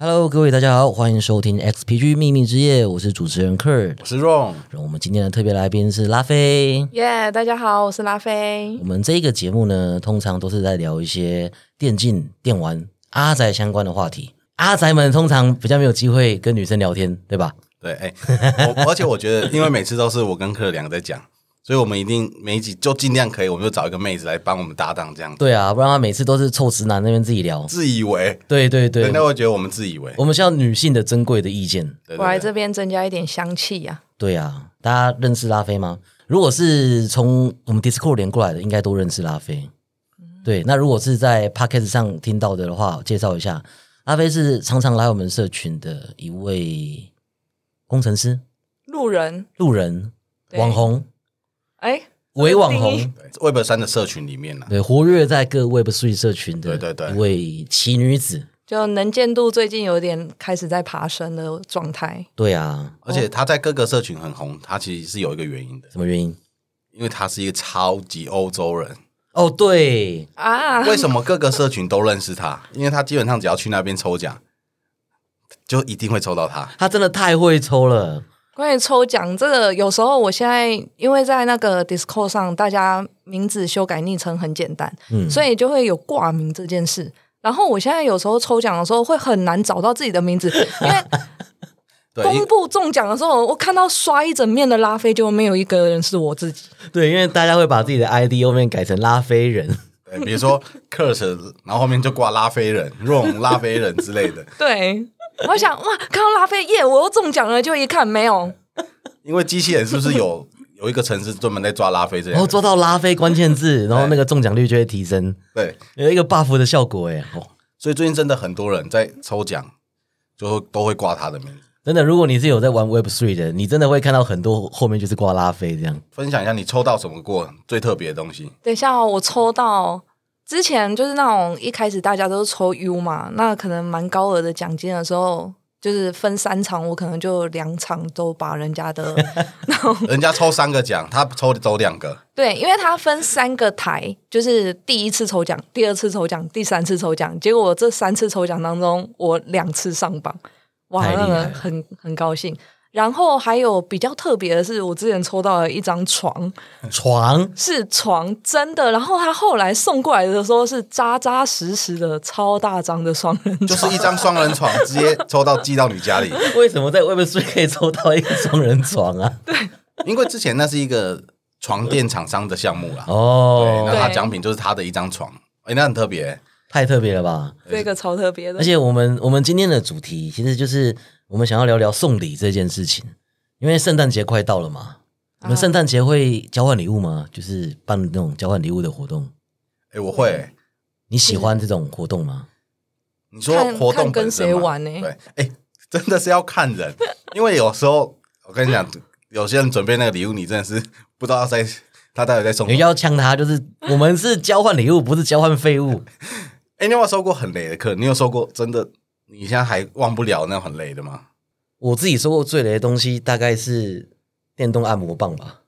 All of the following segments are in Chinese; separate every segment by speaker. Speaker 1: Hello，各位大家好，欢迎收听 XPG 秘密之夜，我是主持人 Kurt。
Speaker 2: 我是 Ron，
Speaker 1: 我们今天的特别来宾是拉菲。
Speaker 3: 耶大家好，我是拉菲
Speaker 1: 我。们这一个节目呢，通常都是在聊一些电竞、电玩、阿宅相关的话题。阿宅们通常比较没有机会跟女生聊天，对吧？
Speaker 2: 对，哎、我而 且我觉得，因为每次都是我跟克两个在讲，所以我们一定每一集就尽量可以，我们就找一个妹子来帮我们搭档，这样
Speaker 1: 对啊，不然他每次都是臭直男那边自己聊。
Speaker 2: 自以为，
Speaker 1: 对对对
Speaker 2: 人，家会觉得我们自以为，
Speaker 1: 我们需要女性的珍贵的意见。
Speaker 2: 对
Speaker 3: 我来
Speaker 2: 对
Speaker 3: 这边增加一点香气呀、
Speaker 1: 对啊，大家认识拉菲吗？如果是从我们 Discord 连过来的，应该都认识拉菲。对，那如果是在 Podcast 上听到的话，我介绍一下，拉菲是常常来我们社群的一位工程师、
Speaker 3: 路人，
Speaker 1: 路人、
Speaker 3: 对
Speaker 1: 网红、
Speaker 3: 哎，
Speaker 1: 伪网
Speaker 3: 这个定
Speaker 1: 红
Speaker 3: 义，
Speaker 2: 对对 Web 三的社群里面呢、啊
Speaker 1: 对，活跃在各 Web 3社群的
Speaker 2: 对对对
Speaker 1: 一位奇女子。
Speaker 3: 就能见度最近有点开始在爬升的状态。
Speaker 1: 对啊，
Speaker 2: 而且她在各个社群很红，她其实是有一个原因的，
Speaker 1: 什么原因？
Speaker 2: 因为她是一个超级欧洲人。
Speaker 1: 哦，对，
Speaker 3: 啊，
Speaker 2: 为什么各个社群都认识她？因为她基本上只要去那边抽奖，就一定会抽到她。
Speaker 1: 她真的太会抽了。
Speaker 3: 关于抽奖这个，有时候我现在因为在那个 Discord 上，大家名字修改昵称很简单，
Speaker 1: 嗯
Speaker 3: 所以就会有挂名这件事。然后我现在有时候抽奖的时候会很难找到自己的 名字，因为
Speaker 2: 对，因
Speaker 3: 公布中奖的时候，我看到刷一整面的拉菲，就没有一个人是我自己。
Speaker 1: 对，因为大家会把自己的 ID 后面改成拉菲人。
Speaker 2: 对比如说 Kurt，然后后面就挂拉菲人、Ron 拉菲人之类的。
Speaker 3: 对，我想哇，看到拉菲耶，我又中奖了，就一看没有，
Speaker 2: 因为机器人是不是有 有一个城市专门在抓拉菲这
Speaker 1: 然
Speaker 2: 样哎
Speaker 1: 后
Speaker 2: 的？
Speaker 1: 哦抓到拉菲关键字，然后那个中奖率就会提升，
Speaker 2: 对，
Speaker 1: 有一个 buff 的效果哎、哦，
Speaker 2: 所以最近真的很多人在抽奖，就都会挂他的名字。
Speaker 1: 真的，如果你是有在玩 Web Three 的，你真的会看到很多后面就是挂拉菲这样。
Speaker 2: 分享一下你抽到什么过最特别的东 西？
Speaker 3: 等一下、哦、我抽到之前就是那种一开始大家都是抽 U 嘛，那可能蛮高额的奖金的时候，就是分三场，我可能就两场都把人 家的
Speaker 2: 人家抽三个奖，他抽走两个，
Speaker 3: 对，因为它分三个台，就是第一次抽奖、第二次抽奖、第三次抽奖，结果我这三次抽奖当中，我两次上榜，哇，
Speaker 1: 太厉害
Speaker 3: 那个
Speaker 1: 了
Speaker 3: 很很高兴。然后还有比较特别的是，我之前抽到了一张床，
Speaker 1: 床
Speaker 3: 是床真的。然后他后来送过来的时候是扎扎实实的超大张的双 人
Speaker 2: 就
Speaker 3: 床，
Speaker 2: 是一张双人床，直接抽到寄到你家里。
Speaker 1: 为什么在 Web Three 可以抽到一个双人床 啊？
Speaker 2: 因为之前那是一个床垫厂商的项目啦，对，那
Speaker 1: 哦，
Speaker 2: 他奖品就是他的一张床，哎，那很特别。
Speaker 1: 太特别了吧！
Speaker 3: 这个超特别的
Speaker 1: 而。且我们我们今天的主题其实就是我们想要聊聊送礼这件事情，因为圣诞节快到了嘛。你们圣诞节会交换礼物吗？就是办那种交换礼物的活动，
Speaker 2: 哎，我会，
Speaker 1: 你喜欢这种活动吗？
Speaker 2: 你说
Speaker 3: 看
Speaker 2: 活动
Speaker 3: 看跟
Speaker 2: 本身
Speaker 3: 谁
Speaker 2: 嘛
Speaker 3: 玩呢
Speaker 2: 对，哎、真的是要看人，因为有时候我跟你讲，有些人准备那个礼物，你真的是不知道在他到底在送什
Speaker 1: 你
Speaker 2: 么。
Speaker 1: 要呛他，就是我们是交换礼物，不是交换废物。
Speaker 2: 哎、你有没有收过很雷的课？你有收过真的你现在还忘不了那种很雷的吗？
Speaker 1: 我自己收过最雷的东西大概是电动按摩棒吧。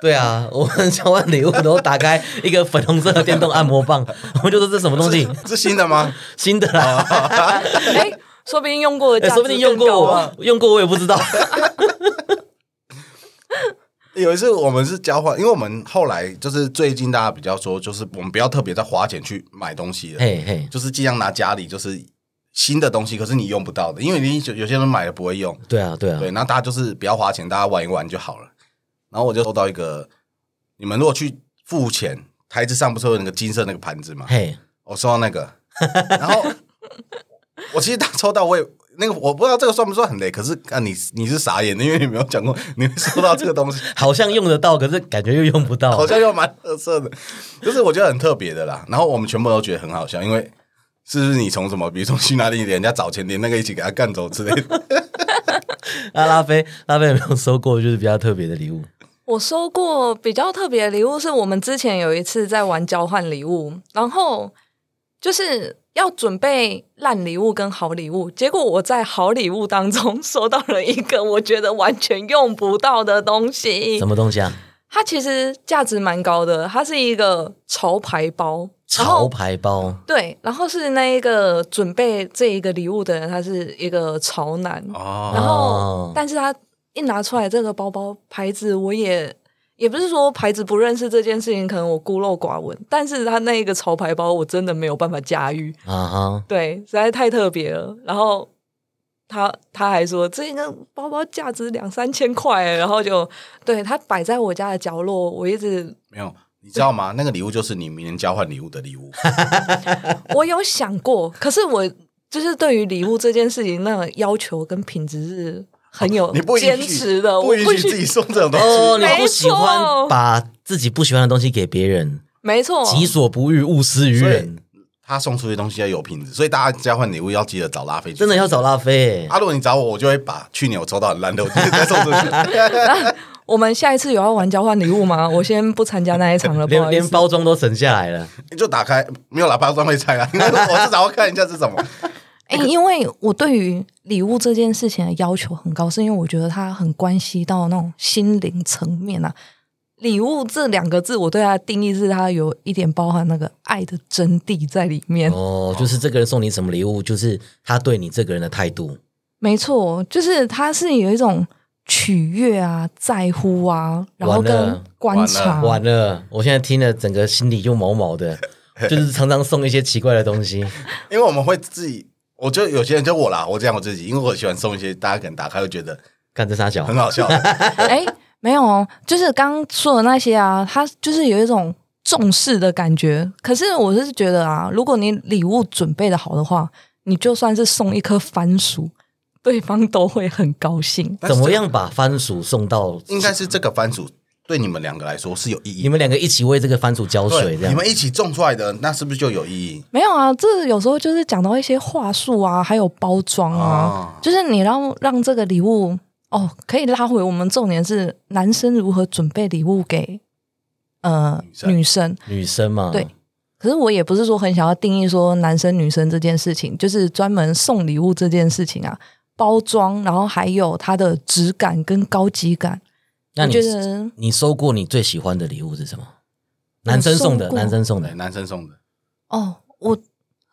Speaker 1: 对啊，我们交换礼物然后打开一个粉红色的电动按摩棒，我就说这什么东西，
Speaker 2: 是新的吗？
Speaker 1: 新的
Speaker 3: 哦
Speaker 1: 啦，
Speaker 3: 哎，说不定用过的
Speaker 1: 哎
Speaker 3: 价值
Speaker 1: 说不定用过
Speaker 3: 更高啊
Speaker 1: 我，用过我也不知道。
Speaker 2: 有一次我们是交换，因为我们后来就是最近大家比较说，就是我们不要特别再花钱去买东西了，
Speaker 1: 嘿嘿，
Speaker 2: 就是尽量拿家里就是新的东西，可是你用不到的，因为你有有些人买了不会用。
Speaker 1: 对啊对啊，
Speaker 2: 对，那大家就是不要花钱，大家玩一玩就好了。然后我就收到一个，你们如果去付钱，台子上不是有那个金色那个盘子吗？
Speaker 1: 嘿，
Speaker 2: 我收到那 个，然后我其实当抽到我也那个我不知道这个算不算很累，可是啊你你是傻眼的，因为你没有讲过你会收到这个东西，
Speaker 1: 好像用得到，可是感觉又用不 到。
Speaker 2: 好像又蛮特色的，就是我觉得很特别的啦。然后我们全部都觉得很好笑，因为。是不是你从什么，比如说去哪里，人家找钱，连那个一起给他干走之类的？
Speaker 1: 啊，拉菲，拉菲有没有收过就是比较特别的礼物？
Speaker 3: 我收过比较特别的礼物，是我们之前有一次在玩交换礼物，然后就是要准备烂礼物跟好礼物，结果我在好礼物当中收到了一个我觉得完全用不到的东西
Speaker 1: 什。么东西啊？
Speaker 3: 它其实价值蛮高的，它是一个潮牌包，然
Speaker 1: 潮
Speaker 3: 后
Speaker 1: 牌包，
Speaker 3: 对，然后是那一个准备这一个礼物的人，他是一个潮男，然
Speaker 2: 哦，
Speaker 1: 哦
Speaker 3: 后但是他一拿出来这个包包牌子，我也也不是说牌子不认识这件事情，可能我孤陋寡闻，但是他那一个潮牌包我真的没有办法驾驭，
Speaker 1: 啊哈，
Speaker 3: 对，实在太特别了。然后他他还说这个包包价值两三千块，欸然后就对他摆在我家的角落，我一直
Speaker 2: 没有，你知道吗？那个礼物就是你明年交换礼物的礼 物。
Speaker 3: 我有想过，可是我就是对于礼物这件事情，那个要求跟品质是很有
Speaker 2: 你不允
Speaker 3: 坚
Speaker 2: 许
Speaker 3: 持的，
Speaker 2: 不
Speaker 3: 我
Speaker 2: 允
Speaker 3: 不
Speaker 2: 许自己送这 种东
Speaker 1: 哦，你
Speaker 2: 西。
Speaker 1: 不喜
Speaker 3: 没
Speaker 1: 欢
Speaker 3: 错
Speaker 1: 把自己不喜欢的东西给别人，
Speaker 3: 没错，
Speaker 1: 己所不欲，勿施于
Speaker 2: 哦所以
Speaker 1: 人，
Speaker 2: 他送出去的东西要有品质，所以大家交换礼物要记得找拉菲去。
Speaker 1: 真的要找拉菲、欸。
Speaker 2: 阿洛，你找我，我就会把去年我抽到很烂的，我就再送 出去。
Speaker 3: 我们下一次有要玩交换礼物吗？我先不参加那一场了，不
Speaker 1: 连
Speaker 3: 好意
Speaker 1: 连
Speaker 3: 思。
Speaker 1: 包装都省下来了，
Speaker 2: 你就打开，没有喇叭装会拆啊。我至少要看一下是什么。
Speaker 3: 哎、因为我对于礼物这件事情的要求很高，是因为我觉得它很关系到那种心灵层面啊。礼物这两个字，我对它的定义是它有一点包含那个爱的真谛在里面。
Speaker 1: 哦，就是这个人送你什么礼物，就是他对你这个人的态度，
Speaker 3: 没错，就是它是有一种取悦啊、在乎啊，然后
Speaker 1: 完了
Speaker 3: 跟观
Speaker 2: 啊
Speaker 3: 察。
Speaker 1: 完了，我现在听了整个心里就毛毛 的，就是常常送一些奇怪的东西。
Speaker 2: 因为我们会自己，我就有些人就我啦，我这样我自己，因为我喜欢送一些大家可能打开会觉得
Speaker 1: 干这傻小
Speaker 2: 很，好笑的，
Speaker 3: 哎、没有哦，就是刚刚说的那些啊，它就是有一种重视的感觉。可是我是觉得啊，如果你礼物准备的好的话，你就算是送一颗番薯，对方都会很高兴。
Speaker 1: 怎么样把番薯送到？
Speaker 2: 应该是这个番薯对你们两个来说是有意义
Speaker 1: 你
Speaker 2: 的。
Speaker 1: 们两个一起为这个番薯浇水，
Speaker 2: 对，
Speaker 1: 这
Speaker 2: 你
Speaker 1: 样
Speaker 2: 们一起种出来的，那是不是就有意义？
Speaker 3: 没有啊，这有时候就是讲到一些话术啊，还有包装啊，
Speaker 2: 哦
Speaker 3: 就是你让让这个礼物哦，可以拉回我们重点是男生如何准备礼物给呃
Speaker 2: 女生
Speaker 3: 女生。
Speaker 1: 女生嘛，
Speaker 3: 对可是我也不是说很想要定义说男生女生这件事情，就是专门送礼物这件事情啊，包装，然后还有它的质感跟高级感。
Speaker 1: 那
Speaker 3: 我
Speaker 1: 你
Speaker 3: 觉得
Speaker 1: 你收过你最喜欢的礼物是什么？男生送的，
Speaker 3: 我收过
Speaker 1: 男生送
Speaker 2: 对
Speaker 1: 的，
Speaker 2: 男生送的，
Speaker 3: 哦，我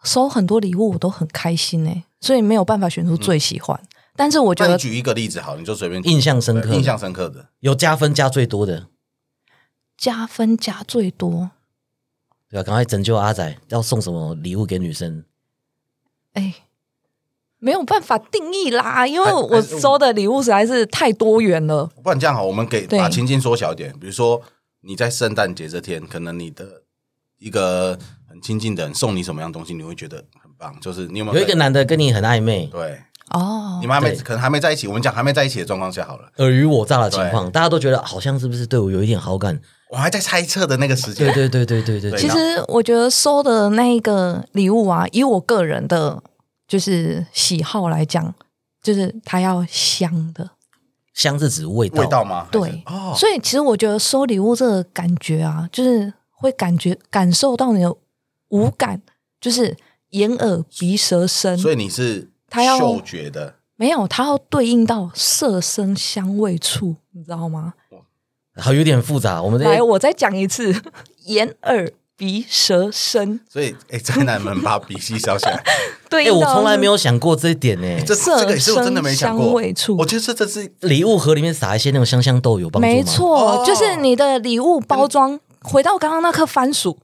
Speaker 3: 收很多礼物我都很开心哎、所以没有办法选出最喜欢。但是我觉
Speaker 2: 那你
Speaker 3: 得
Speaker 2: 举一个例子好，你就随便举
Speaker 1: 印象深刻，
Speaker 2: 对印象深刻的，
Speaker 1: 有加分加最多的，
Speaker 3: 加分加最多，
Speaker 1: 对吧、赶快拯救阿仔，要送什么礼物给女生？
Speaker 3: 哎，没有办法定义啦，因为
Speaker 2: 还
Speaker 3: 我
Speaker 2: 还是我
Speaker 3: 收的礼物实在是太多元了。
Speaker 2: 不然这样好，我们给
Speaker 3: 对
Speaker 2: 把情境缩小一点，比如说你在圣诞节这天，可能你的一个很亲近的人送你什么样东西，你会觉得很棒，就是你有没有
Speaker 1: 有一个男的跟你很暧昧，
Speaker 2: 对，
Speaker 3: 哦
Speaker 2: 你，们还没
Speaker 1: 对
Speaker 2: 可能还没在一起，我们讲还没在一起的状况下好了，
Speaker 1: 尔虞我诈的情况，大家都觉得好像是不是对我有一点好感？
Speaker 2: 我还在猜测的那个时
Speaker 1: 对
Speaker 2: 间，
Speaker 1: 对对对对对
Speaker 2: 对
Speaker 3: 其
Speaker 1: 对，
Speaker 3: 实我觉得收的那一个礼物啊，以我个人的就是喜好来讲，就是它要香的，
Speaker 1: 香是指味道，
Speaker 2: 味道吗？还是
Speaker 3: 对，
Speaker 2: 哦，
Speaker 3: 所以其实我觉得收礼物这个感觉啊，就是会感觉感受到你的五感，就是眼耳鼻舌身，
Speaker 2: 所以你是
Speaker 3: 他要
Speaker 2: 嗅觉的，
Speaker 3: 没有它要对应到色声香味触，你知道吗？
Speaker 1: 好有点复杂。我们这哎
Speaker 3: 来，我再讲一次， 眼耳鼻舌身
Speaker 2: 所以哎，宅男们把鼻息削下来，
Speaker 3: 对
Speaker 1: 哎，
Speaker 3: 应
Speaker 1: 我
Speaker 3: 到
Speaker 1: 从来
Speaker 3: 是
Speaker 1: 没有想过这一点呢。
Speaker 2: 这
Speaker 3: 色
Speaker 2: 这个也是我真的没想
Speaker 3: 声香
Speaker 2: 过
Speaker 3: 味触，
Speaker 2: 我觉得这这是
Speaker 1: 礼物盒里面撒一些那种香香豆有帮助吗？
Speaker 3: 没错，
Speaker 2: 哦
Speaker 3: 就是你的礼物包装。回到刚刚那颗番薯，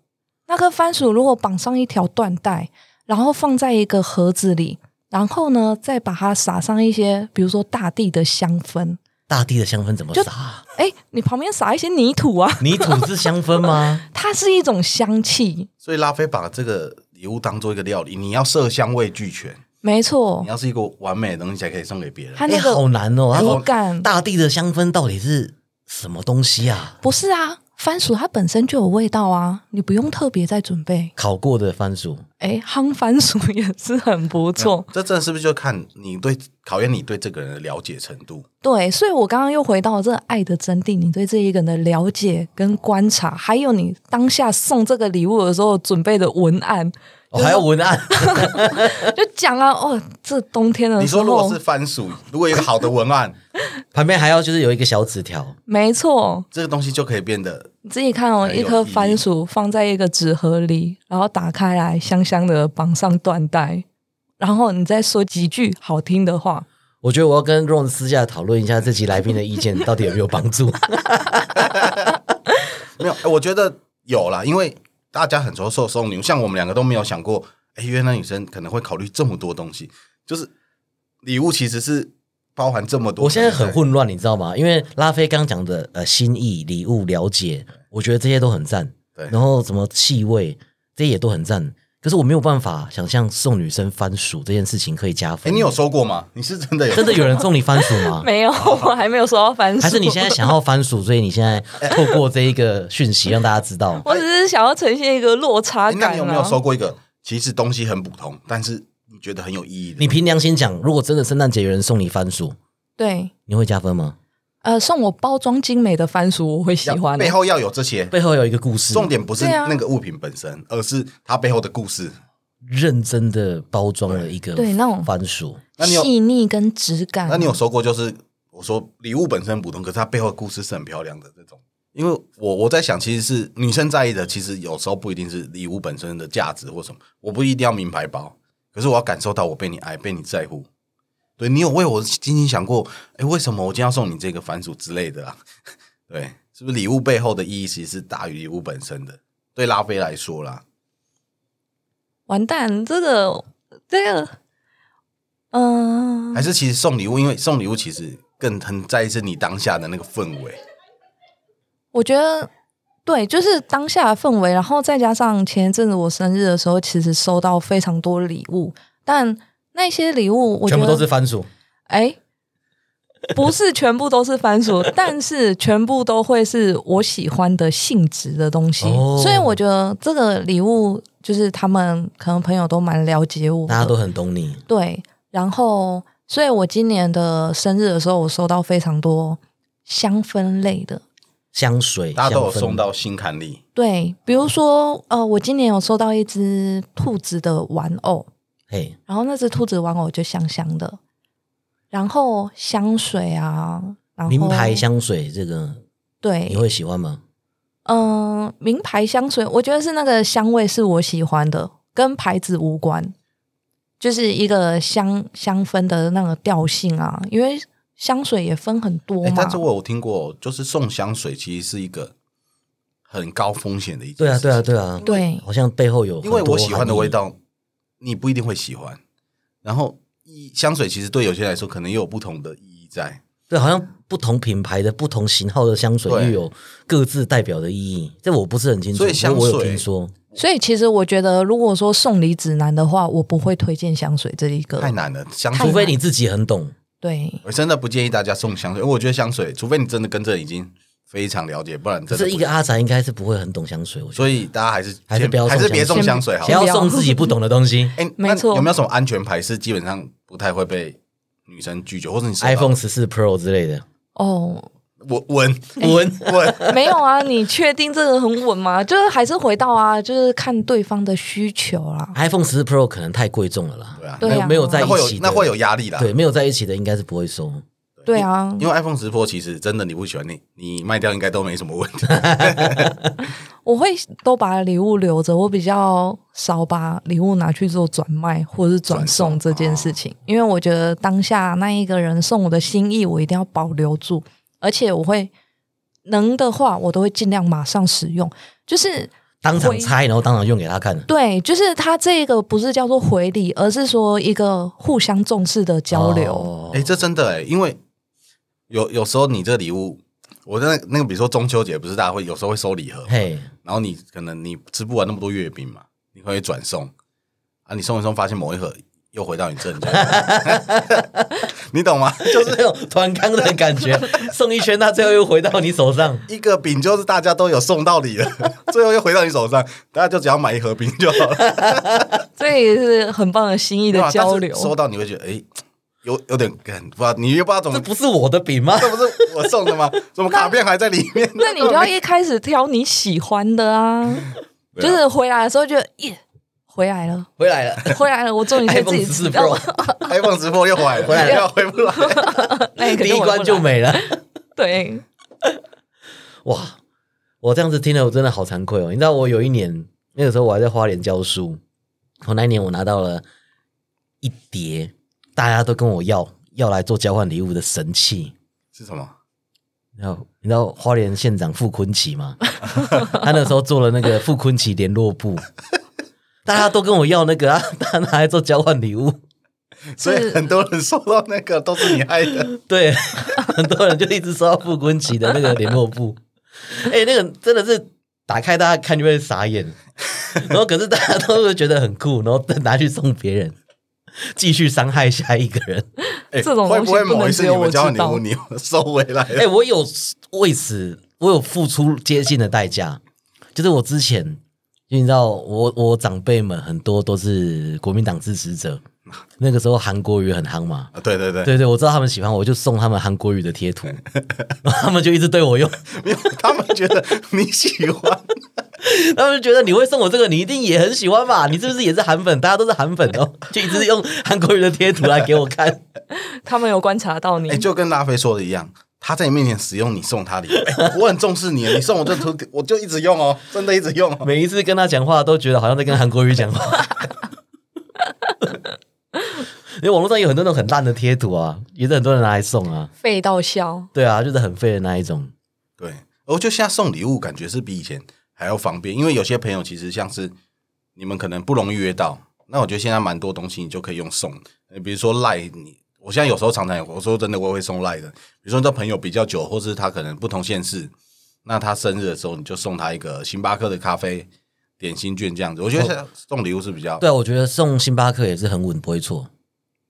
Speaker 3: 那颗番薯如果绑上一条缎带，然后放在一个盒子里，然后呢，再把它撒上一些，比如说大地的香氛。
Speaker 1: 大地的香氛怎么撒？
Speaker 3: 哎，你旁边撒一些泥土啊，
Speaker 1: 泥土是香氛吗？
Speaker 3: 它是一种香气，
Speaker 2: 所以拉菲把这个礼物当做一个料理，你要色香味俱全，
Speaker 3: 没错
Speaker 2: 你，要是一个完美的东西才可以送给别人。
Speaker 3: 它
Speaker 1: 哎，
Speaker 3: 那
Speaker 1: 好
Speaker 3: 个
Speaker 1: 难哦。
Speaker 3: 口
Speaker 1: 它
Speaker 3: 感
Speaker 1: 大地的香氛到底是什么东西啊？
Speaker 3: 不是啊，番薯它本身就有味道啊，你不用特别再准备。
Speaker 1: 烤过的番薯，
Speaker 3: 哎，夯番薯也是很 不错。
Speaker 2: 这真的是不是就看你对考验你对这个人的了解程度？
Speaker 3: 对，所以我刚刚又回到这个爱的真谛，你对这一个人的了解跟观察，还有你当下送这个礼物的时候准备的文 案，
Speaker 1: 哦、还有文案，
Speaker 3: 就讲啊，哦，这冬天的
Speaker 2: 你
Speaker 3: 时
Speaker 2: 说如果
Speaker 3: 候
Speaker 2: 是，番薯，如果有一个好的文案，
Speaker 1: 旁边还要就是有一个小纸条，
Speaker 3: 没错，
Speaker 2: 这个东西就可以变得
Speaker 3: 你自己看哦，
Speaker 2: 很有
Speaker 3: 一颗番薯放在一个纸盒里，然后打开来，香香的绑上缎带，然后你再说几句好听的话。
Speaker 1: 我觉得我要跟 Ron 私下讨论一下这期来宾的意见到底有没有帮助。
Speaker 2: 没有，哎我觉得有啦，因为大家很多时候送礼物，像我们两个都没有想过，哎，原来女生可能会考虑这么多东西，就是礼物其实是包含这么多。
Speaker 1: 我现在很，混乱，你知道吗？因为拉菲刚讲的呃心意、礼物、了解，我觉得这些都很赞。
Speaker 2: 对
Speaker 1: 然后什么气味，这些也都很赞。可是我没有办法想象送女生番薯这件事情可以加
Speaker 2: 哎，
Speaker 1: 分。
Speaker 2: 你有收过吗？你是真的有
Speaker 1: 真的有人送你番薯吗？
Speaker 3: 没有，我还没有收到番薯。，
Speaker 1: 还是你现在想要番薯，所以你现在透过这一个讯息让大家知道
Speaker 3: 我只是想要呈现一个落
Speaker 2: 哎
Speaker 3: 差
Speaker 2: 那
Speaker 3: 感、啊。
Speaker 2: 你有没有收过一个其实东西很普通，但是你觉得很有意义的？
Speaker 1: 你凭良心讲，如果真的圣诞节有人送你番薯，
Speaker 3: 对，
Speaker 1: 你会加分吗？
Speaker 3: 呃，送我包装精美的番薯，我会喜
Speaker 2: 要
Speaker 3: 欢、
Speaker 2: 背后要有这些，
Speaker 1: 背后有一个故事，
Speaker 2: 重点不是
Speaker 3: 对啊
Speaker 2: 那个物品本身，而是它背后的故事。
Speaker 1: 认真的包装了一个
Speaker 3: 对那种
Speaker 1: 番薯，
Speaker 2: 那你有
Speaker 3: 细腻跟质感。
Speaker 2: 那你有收过就是我说礼物本身普通，可是它背后的故事是很漂亮的这种？因为我我在想，其实是女生在意的，其实有时候不一定是礼物本身的价值或什么，我不一定要名牌包，可是我要感受到我被你爱，被你在乎。对你有为我精心想过，哎，为什么我今天要送你这个番薯之类的啊？ 对，是不是礼物背后的意义其实是大于礼物本身的？对拉菲来说啦，
Speaker 3: 完蛋，这个这个，嗯、
Speaker 2: 还是其实送礼物，因为送礼物其实更很在意是你当下的那个氛围。
Speaker 3: 我觉得对，就是当下的氛围，然后再加上前一阵子我生日的时候，其实收到非常多礼物，但那些礼物我觉
Speaker 1: 全部都
Speaker 3: 得
Speaker 1: 是番薯。
Speaker 3: 哎。不是全部都是番薯， 但是全部都会是我喜欢的性质的东西，
Speaker 1: 哦
Speaker 3: 所以我觉得这个礼物就是他们可能朋友都蛮了解我的，
Speaker 1: 大家都很懂你，
Speaker 3: 对，然后，所以我今年的生日的时候，我收到非常多香氛类的。
Speaker 1: 香水
Speaker 2: 大家都有
Speaker 1: 香氛
Speaker 2: 送到心坎里。
Speaker 3: 对，比如说，呃，我今年有收到一只兔子的玩偶，
Speaker 1: 嘿，
Speaker 3: 然后那只兔子玩偶就香香的，然后香水啊，然后
Speaker 1: 名牌，香水这个你
Speaker 3: 对，
Speaker 1: 会喜欢吗？
Speaker 3: 嗯、名牌香水，我觉得是那个香味是我喜欢的，跟牌子无关，就是一个香香氛的那个调性啊，因为香水也分很多
Speaker 2: 哎、
Speaker 3: 嘛。
Speaker 2: 但是我有听过，就是送香水其实是一个很高风险的一件
Speaker 1: 对啊，
Speaker 2: 事情
Speaker 1: 对啊，对啊，
Speaker 3: 对
Speaker 1: 好像背后有很
Speaker 2: 因
Speaker 1: 多
Speaker 2: 为我喜欢的
Speaker 1: 含
Speaker 2: 味
Speaker 1: 义，
Speaker 2: 道，你不一定会喜欢。然后一香水其实对有些人来说，可能也有不同的意义在。
Speaker 1: 对，好像不同品牌的不同型号的香水
Speaker 2: 对
Speaker 1: 又有各自代表的意义，这我不是很清楚，
Speaker 2: 所以香
Speaker 1: 不过我有
Speaker 2: 水
Speaker 1: 听说，
Speaker 3: 所以其实我觉得，如果说送礼指南的话，我不会推荐香水这一个。
Speaker 2: 太难了，香
Speaker 1: 除
Speaker 2: 水
Speaker 1: 非你自己很懂，
Speaker 3: 对，
Speaker 2: 我真的不建议大家送香水，因为我觉得香水，除非你真的跟这已经非常了解，不然
Speaker 1: 可
Speaker 2: 真的
Speaker 1: 是
Speaker 2: 不
Speaker 1: 一个阿宅应该是不会很懂香水，我觉得
Speaker 2: 所以大家还是
Speaker 1: 还是不要
Speaker 2: 还
Speaker 1: 送
Speaker 2: 是别送香
Speaker 1: 香
Speaker 2: 水好
Speaker 1: 谁
Speaker 2: 了。
Speaker 1: 要
Speaker 3: 不要
Speaker 1: 送自己不懂的东 西
Speaker 2: 哎、那
Speaker 3: 没错
Speaker 2: 有没有什么安全牌是基本上不太会被女生拒绝，或者你收到
Speaker 1: ，iPhone 十四 Pro 之类的，
Speaker 3: 哦，
Speaker 2: 闻 闻
Speaker 1: 闻
Speaker 2: 闻
Speaker 3: 没有啊，你确定这个很稳吗？就是还是回到啊，就是看对方的需求 啦。
Speaker 1: iPhone 十四 Pro 可能太贵重了啦，
Speaker 2: 对啊
Speaker 3: 对
Speaker 1: 没有
Speaker 3: 啊
Speaker 1: 没有在
Speaker 2: 那
Speaker 1: 一
Speaker 2: 会有
Speaker 1: 起的，
Speaker 2: 那会有啊压力啦。
Speaker 1: 对，没有在一起的应该是不会收。
Speaker 3: 对啊，
Speaker 2: 因为 iPhone 直播其实真的你不喜欢你，你卖掉应该都没什么问题。
Speaker 3: 我会都把礼物留着，我比较少把礼物拿去做转卖或者是转送这件事情，因为我觉得当下那一个人送我的心意，我一定要保留住，而且我会能的话，我都会尽量马上使用，就是。
Speaker 1: 当场拆，然后当场用给他看。
Speaker 3: 对，就是他这个不是叫做回礼，而是说一个互相重视的交流。
Speaker 1: 哦
Speaker 2: 哎、这真的哎、因为有有时候你这礼物，我在那那个比如说中秋节不是大家会有时候会收礼盒，
Speaker 1: 嘿，
Speaker 2: 然后你可能你吃不完那么多月饼嘛，你会 转送啊，你送一送发现某一盒又回到你这里，你懂吗？
Speaker 1: 就是那种团康的感 觉，送一圈，它最后又回到你手上。
Speaker 2: 一个饼就是大家都有送到你了，最后又回到你手上，大家就只要买一盒冰就好了。
Speaker 3: 这也是很棒的心意
Speaker 2: 对吧
Speaker 3: 的交
Speaker 2: 但
Speaker 3: 流
Speaker 2: 是。收到你会觉得，哎、有有点干，不知道你又不知道怎么
Speaker 1: 这，不是我的饼吗？
Speaker 2: 这不是我送的吗？怎么卡片还在里面？
Speaker 3: 那你就要一开始挑你喜欢的啊，
Speaker 2: 对
Speaker 3: 就
Speaker 2: 啊
Speaker 3: 是回来的时候就耶，回来了，
Speaker 1: 回来了
Speaker 3: 回来了，我终于可以自
Speaker 1: ，iPhone
Speaker 3: 己
Speaker 1: 十四
Speaker 3: 吃到
Speaker 1: Pro
Speaker 3: 了，
Speaker 2: iPhone 直播又回来 了，
Speaker 1: 回来了
Speaker 2: 又回不来。
Speaker 3: 那你肯
Speaker 1: 第
Speaker 3: 定
Speaker 1: 一
Speaker 3: 回不来
Speaker 1: 关就没了。
Speaker 3: 对，
Speaker 1: 哇，我这样子听了，我真的好惭愧哦。你知道我有一年，那个时候我还在花莲教书，我那一年我拿到了一叠大家都跟我要要来做交换礼物的神器。
Speaker 2: 是什么？
Speaker 1: 然后你知道花莲县长傅坤奇吗？ 他那时候做了那个傅坤奇联络部，大家都跟我要那个啊，他拿来做交换礼物。
Speaker 2: 所以很多人收到那个都是你害 的，
Speaker 1: 对， 很多人就一直收到傅坤奇的那个联络簿，哎、那个真的是打开大家看就会傻眼，然后可是大家都会觉得很酷，然后再拿去送别人，继续伤害下一个人。
Speaker 2: 哎
Speaker 3: 这种东西
Speaker 2: 会不会
Speaker 3: 不能
Speaker 2: 某一次
Speaker 3: 只
Speaker 2: 你
Speaker 3: 有
Speaker 2: 们
Speaker 3: 我
Speaker 2: 交换
Speaker 3: 知
Speaker 2: 礼
Speaker 3: 道
Speaker 2: 物你又收回来
Speaker 1: 哎、
Speaker 2: 了？
Speaker 1: 我有为此我有付出接近的代价，就是我之前，因为你知道我我长辈们很多都是国民党支持者，那个时候韩国语很夯嘛。
Speaker 2: 啊对对对，
Speaker 1: 对对，我知道他们喜欢我，我就送他们韩国语的贴图，然后他们就一直对我用，
Speaker 2: 没有， 他们觉得你喜 欢，
Speaker 1: 他们就觉得你会送我这个，你一定也很喜欢吧？你是不是也是韩粉？大家都是韩粉哦，就一直用韩国语的贴图来给我看。
Speaker 3: 他们有观察到你
Speaker 2: 哎、，就跟拉菲说的一样，他在你面前使用你送他礼物、哎我很重视你，你送我这图， 我就一直用哦，真的一直用 哦。
Speaker 1: 每一次跟他讲话，都觉得好像在跟韩国语讲话。 因为网络上有很多那种很烂的贴图啊，也是很多人拿来送啊。
Speaker 3: 废到笑，
Speaker 1: 对啊，就是很废的那一种。
Speaker 2: 对，我觉得现在送礼物感觉是比以前还要方便，因为有些朋友其实像是你们可能不容易约到，那我觉得现在蛮多东西你就可以用送，呃比如说赖你。我现在有时候常常有，我说真的，我也会送赖的。比如说，这朋友比较久，或是他可能不同县市，那他生日的时候，你就送他一个星巴克的咖啡点心券这样子。我觉得现
Speaker 3: 哦
Speaker 2: 在送礼物是比较
Speaker 1: 对啊，我觉得送星巴克也是很稳，不会错。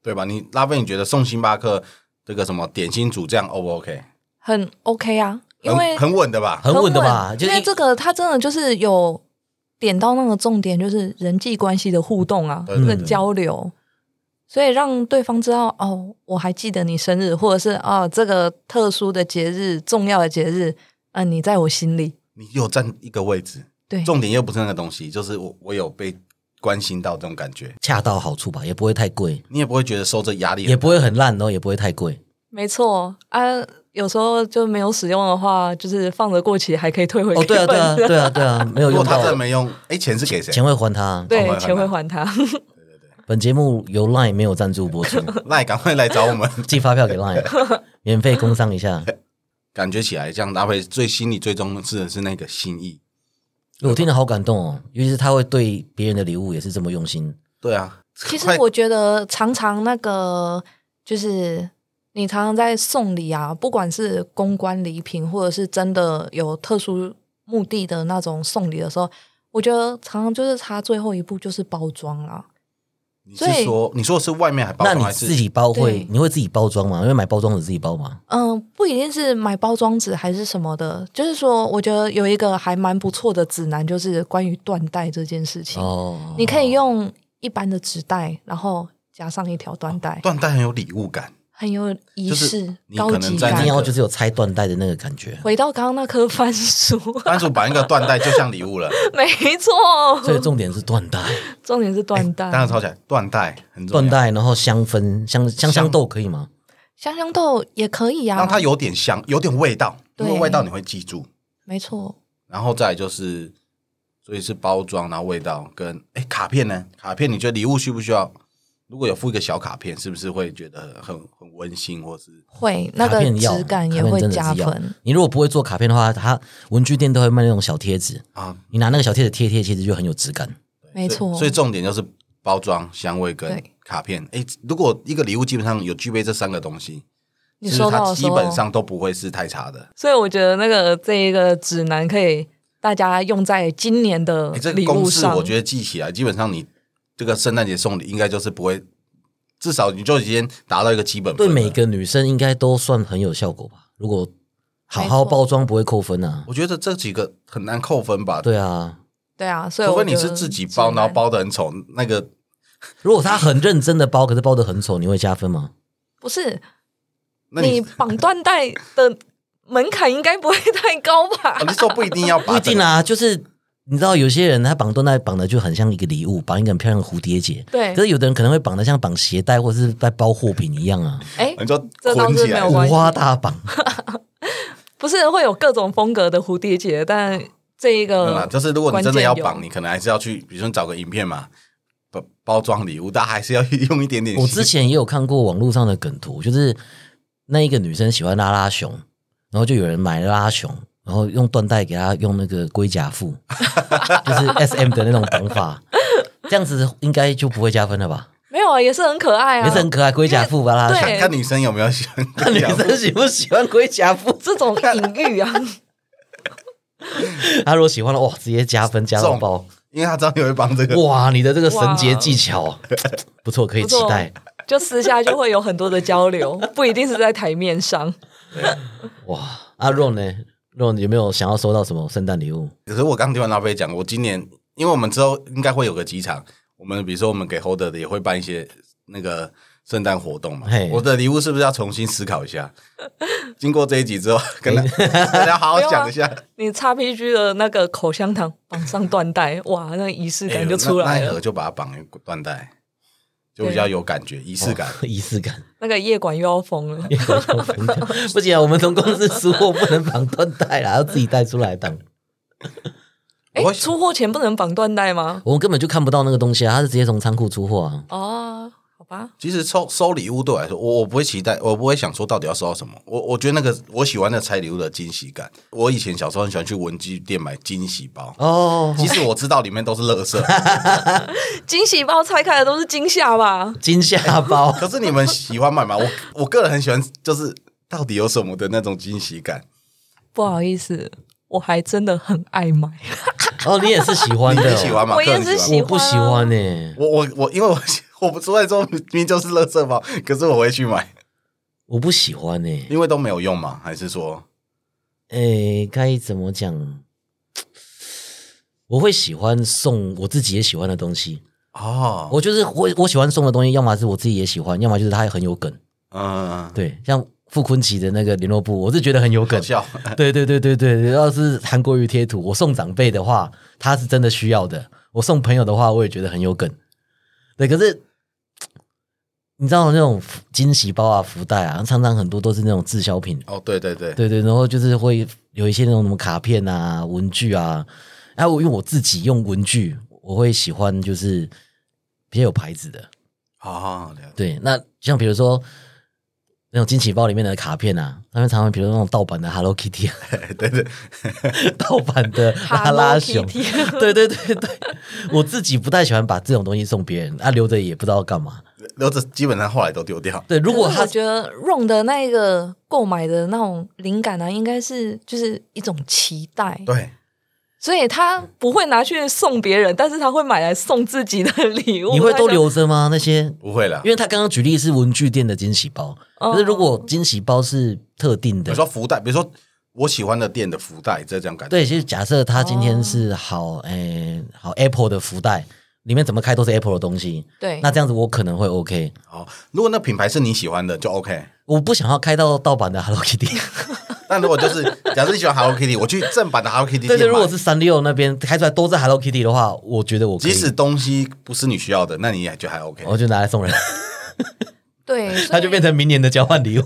Speaker 2: 对吧？你拉菲，你觉得送星巴克这个什么点心组这样 O 不 OK？
Speaker 3: 很 OK 啊，因
Speaker 2: 很
Speaker 3: 为
Speaker 2: 很稳的吧？
Speaker 1: 很稳的吧？就
Speaker 3: 因
Speaker 1: 是
Speaker 3: 为
Speaker 1: 一
Speaker 3: 这个他真的就是有点到那个重点，就是人际关系的互动啊，
Speaker 2: 对对
Speaker 3: 那
Speaker 2: 对
Speaker 3: 交流，所以让对方知道哦，我还记得你生日，或者是啊、这个特殊的节日、重要的节日，啊、你在我心里，
Speaker 2: 你有占一个位置，
Speaker 3: 对，
Speaker 2: 重点又不是那个东西，就是我我有被关心到这种感觉，
Speaker 1: 恰到好处吧，也不会太贵，
Speaker 2: 你也不会觉得受这压力很大，
Speaker 1: 也不会很烂哦，也不会太贵。
Speaker 3: 没错啊。有时候就没有使用的话，就是放着过期还可以退回
Speaker 1: 哦，对啊，对 啊，
Speaker 3: 给本人
Speaker 1: 对啊，对啊，没有
Speaker 2: 如果
Speaker 1: 用
Speaker 2: 他
Speaker 1: 到
Speaker 2: 真的没用，哎，钱是给谁？
Speaker 1: 钱会还他。
Speaker 2: 哦还
Speaker 3: 对，
Speaker 2: 他
Speaker 3: 钱会还他。
Speaker 1: 本节目由 LINE 没有赞助播出，
Speaker 2: 赖赶快来找我们。
Speaker 1: 寄发票给 LINE，免费工商一下。
Speaker 2: 感觉起来，这样搭配最心里最重视的是那个心意。
Speaker 1: 我听了好感动哦，尤其是他会对别人的礼物也是这么用心。
Speaker 2: 对啊，
Speaker 3: 其实
Speaker 2: 快
Speaker 3: 我觉得常常那个就是你常常在送礼啊，不管是公关礼品，或者是真的有特殊目的的那种送礼的时候，我觉得常常就是他最后一步就是包装啊啦。
Speaker 2: 你
Speaker 3: 所
Speaker 2: 是
Speaker 3: 以
Speaker 2: 说你说的是外面还包
Speaker 1: 那
Speaker 2: 装
Speaker 1: 你
Speaker 2: 还
Speaker 1: 自
Speaker 2: 是？
Speaker 1: 己包会
Speaker 3: 对，
Speaker 1: 你会自己包装吗？因为买包装纸自己包嘛。
Speaker 3: 嗯，不一定是买包装纸还是什么的，就是说，我觉得有一个还蛮不错的指南，就是关于缎带这件事情。
Speaker 1: 哦，
Speaker 3: 你可以用一般的纸袋，然后加上一条缎带，
Speaker 2: 缎带很有礼物感，
Speaker 3: 很有仪
Speaker 2: 哦就是
Speaker 3: 式、
Speaker 2: 你
Speaker 3: 高
Speaker 2: 可能
Speaker 3: 级
Speaker 1: 一
Speaker 2: 在那
Speaker 3: 感
Speaker 1: 定。要
Speaker 2: 个
Speaker 1: 就是有拆缎带的那个感觉。
Speaker 3: 回到刚刚那棵番薯，
Speaker 2: 番薯把那个缎带就像礼 物了，
Speaker 3: 没
Speaker 1: 所以
Speaker 3: 错，
Speaker 1: 重点是缎带，
Speaker 2: 啊
Speaker 3: 重点是缎
Speaker 2: 哎当然
Speaker 3: 带。
Speaker 2: 抄起来，缎带很重要
Speaker 1: 缎，带，然后香氛香香香豆可以吗？
Speaker 3: 香香豆也可以啊，
Speaker 2: 让它有点香，有点味道，因
Speaker 3: 对
Speaker 2: 为味道你会记住。
Speaker 3: 没错，
Speaker 2: 然后再来就是，所以是包装，然后味道跟哎卡片呢？卡片你觉得礼物需不需要？如果有附一个小卡片，是不是会觉得很很很温馨，或是
Speaker 3: 会那
Speaker 1: 卡
Speaker 3: 个
Speaker 1: 片要
Speaker 3: 质感也会加。
Speaker 1: 卡片真的是要
Speaker 3: 分。
Speaker 1: 你如果不会做卡片的话，它文具店都会卖那种小贴纸，
Speaker 2: 啊？
Speaker 1: 你拿那个小贴纸贴一贴，其实就很有质感。
Speaker 3: 没错，
Speaker 2: 所以所以重点就是包装、香味跟
Speaker 3: 对
Speaker 2: 卡片。哎，如果一个礼物基本上有具备这三个东西，
Speaker 3: 你
Speaker 2: 是不
Speaker 3: 收
Speaker 2: 是
Speaker 3: 到
Speaker 2: 它
Speaker 3: 的
Speaker 2: 基
Speaker 3: 时候，
Speaker 2: 本上都不会是太差的。
Speaker 3: 所以我觉得那个这一个指南可以大家用在今年的
Speaker 2: 哎诶这个
Speaker 3: 礼
Speaker 2: 公
Speaker 3: 物
Speaker 2: 式
Speaker 3: 上。
Speaker 2: 我觉得记起来，基本上你这个圣诞节送礼应该就是不会至少你就已经达到一个基本
Speaker 1: 对
Speaker 2: 分了
Speaker 1: 每，个女生应该都算很有效果吧？如果好好
Speaker 3: 没错
Speaker 1: 包装，不会扣分啊。
Speaker 2: 我觉得这几个很难扣分吧。，
Speaker 1: 对啊，
Speaker 3: 对啊，所以
Speaker 2: 除
Speaker 3: 我
Speaker 2: 非你
Speaker 3: 觉
Speaker 2: 是
Speaker 3: 得
Speaker 2: 自己
Speaker 3: 直
Speaker 2: 包，然后
Speaker 3: 男
Speaker 2: 包的很丑，那个
Speaker 1: 如果她很认真的包，可是包的很丑，你会加分吗？
Speaker 3: 不是
Speaker 2: 那
Speaker 3: 你
Speaker 2: 你
Speaker 3: 绑缎带的门槛应该不会太高吧
Speaker 2: 哦？你说不一定要把
Speaker 1: 不一定
Speaker 2: 整个
Speaker 1: 啊， 就是你知道有些人他绑缎带绑的就很像一个礼物，绑一个很漂亮的蝴蝶结。
Speaker 3: 对
Speaker 1: 可，是有的人可能会绑的像绑鞋带或者是在包货品一样啊，
Speaker 3: 哎，
Speaker 2: 你说
Speaker 3: 这倒
Speaker 2: 捆
Speaker 3: 是
Speaker 2: 起
Speaker 3: 没
Speaker 2: 来
Speaker 3: 有
Speaker 1: 五
Speaker 3: 关系
Speaker 1: 花大 绑。
Speaker 3: 不是会有各种风格的蝴蝶结，但这一
Speaker 2: 对啦
Speaker 3: 个
Speaker 2: 就是如果你真的要绑，
Speaker 3: 关键有
Speaker 2: 你可能还是要去，比如说你找个影片嘛，包包装礼物，但还是要 用一点点心。
Speaker 1: 我之前也有看过网络上的梗图，就是那一个女生喜欢拉拉熊，然后就有人买拉拉熊，然后用缎带给她用那个龟甲 腹，就是 S M 的那种绑法，这样子应该就不会加分了吧？
Speaker 3: 没有啊，也是很可爱啊，
Speaker 1: 也是很可爱，龟甲腹吧拉拉
Speaker 3: 对
Speaker 1: 熊，
Speaker 2: 看看女生有没有喜欢
Speaker 1: 看女生喜不喜欢龟甲腹？
Speaker 3: 这种隐喻啊，
Speaker 1: 她如果喜欢了，哇，直接加分加到爆！
Speaker 2: 因为她知道你会帮这个。
Speaker 1: 哇，你的这个绳结技巧 不错，可以
Speaker 3: 不
Speaker 1: 期
Speaker 3: 错
Speaker 1: 待
Speaker 3: 就私下就会有很多的交流，不一定是在台面上。
Speaker 1: 哇！阿若呢？若你有没有想要收到什么圣诞礼物？
Speaker 2: 可是我刚听完拉菲讲，我今年因为我们之后应该会有个机场，我们比如说我们给 Holder 的也会办一些那个圣诞活动嘛
Speaker 1: 嘿。
Speaker 2: 我的礼物是不是要重新思考一下？经过这一集之后，跟他大家好好
Speaker 3: 啊
Speaker 2: 想一下，
Speaker 3: 你 x PG 的那个口香糖绑上缎带，哇，那个仪式
Speaker 2: 哎
Speaker 3: 感
Speaker 2: 呦
Speaker 3: 就出来
Speaker 2: 那那一
Speaker 3: 了
Speaker 2: 盒。就把它绑一个缎带，就比较有感觉，仪式感。
Speaker 1: 仪式感。
Speaker 3: 那个夜馆又要疯了，
Speaker 1: 不行、啊，我们从公司出货不能绑缎带啦，要自己带出来当。
Speaker 3: 哎
Speaker 2: 我，
Speaker 3: 出货前不能绑缎带吗？
Speaker 1: 我们根本就看不到那个东西啊，他是直接从仓库出货啊。
Speaker 3: 哦，好吧，
Speaker 2: 其实收收礼物对我来说，我我不会期待，我不会想说到底要收到什么。我我觉得那个我喜欢的拆礼物的惊喜感。我以前小时候很喜欢去文具店买惊喜包，
Speaker 1: 哦，
Speaker 2: 即使我知道里面都是垃 圾，
Speaker 3: 惊喜包拆开的都是惊吓吧？
Speaker 1: 惊吓包，
Speaker 2: 可是你们喜欢买吗？我我个人很喜欢，就是到底有什么的那种惊喜感。
Speaker 3: 不好意思，我还真的很爱买，
Speaker 1: 哦，你也是喜欢
Speaker 2: 你
Speaker 1: 的、
Speaker 2: 你喜欢吗？
Speaker 3: 我
Speaker 2: 个
Speaker 3: 也
Speaker 2: 人
Speaker 3: 是
Speaker 2: 喜欢吗。
Speaker 3: 喜
Speaker 1: 我不喜欢欸呢、
Speaker 2: 我我我，因为我我不出来之后明明就是垃圾包，可是我会去买，
Speaker 1: 我不喜欢欸呢、
Speaker 2: 因为都没有用嘛，还是说
Speaker 1: 诶，该怎么讲？我会喜欢送我自己也喜欢的东西。
Speaker 2: 哦，
Speaker 1: 我就是我我喜欢送的东西，要么是我自己也喜欢，要么就是它很有梗。
Speaker 2: 嗯，
Speaker 1: 对，像傅昆奇的那个联络部，我是觉得很有梗
Speaker 2: 搞。笑，
Speaker 1: 对对对对对，要是韩国瑜贴图，我送长辈的话，他是真的需要的；我送朋友的话，我也觉得很有梗。对，可是你知道那种福惊喜包啊、福袋啊，常常很多都是那种滞销品。
Speaker 2: 哦，对对对，
Speaker 1: 对对，然后就是会有一些那种什么卡片啊、文具啊。然后我因为我自己用文具，我会喜欢就是比较有牌子的。
Speaker 2: 哦，了解
Speaker 1: 对，那像比如说那种惊喜包里面的卡片啊，他们常常比如说那种盗版的 Hello Kitty 啊。
Speaker 2: 对对，
Speaker 1: 盗版的拉拉熊
Speaker 3: Hello。Kitty
Speaker 1: 对对对对，我自己不太喜欢把这种东西送别人，啊，留着也不知道干嘛。
Speaker 2: 留着基本上后来都丢掉。
Speaker 1: 对，如果
Speaker 3: 可是
Speaker 1: 他
Speaker 3: 我觉得 Ron 的那个购买的那种灵感呢、啊，应该是就是一种期待，
Speaker 2: 对，
Speaker 3: 所以他不会拿去送别人，但是他会买来送自己的礼物。
Speaker 1: 你会都
Speaker 3: 他想
Speaker 1: 留着吗？那些，
Speaker 2: 不会啦
Speaker 1: 因。为他刚刚举例是文具店的惊喜包，
Speaker 3: 哦
Speaker 1: 可是如果惊喜包是特定
Speaker 2: 比
Speaker 1: 的
Speaker 2: 如，说福袋，比如说我喜欢的店的福袋，这这样感觉。
Speaker 1: 对，就是假设他今天
Speaker 2: 哦
Speaker 1: 是好，诶、好 Apple 的福袋，里面怎么开都是 Apple 的东西，
Speaker 3: 对，
Speaker 1: 那这样子我可能会 OK。
Speaker 2: 哦，如果那品牌是你喜欢的，就 OK。
Speaker 1: 我不想要开到盗版的 Hello Kitty，
Speaker 2: 但如果就是假设你喜欢 Hello Kitty，我去正版的 Hello Kitty
Speaker 1: 对对，
Speaker 2: 店
Speaker 1: 如
Speaker 2: 买
Speaker 1: 果，是三六那边开出来都是 Hello Kitty 的话，我觉得我可以
Speaker 2: 即使东西不是你需要的，那你也就还 OK
Speaker 1: 然。后就拿来送人，
Speaker 3: 对，所
Speaker 1: 它
Speaker 3: 以
Speaker 1: 就变成明年的交换礼物。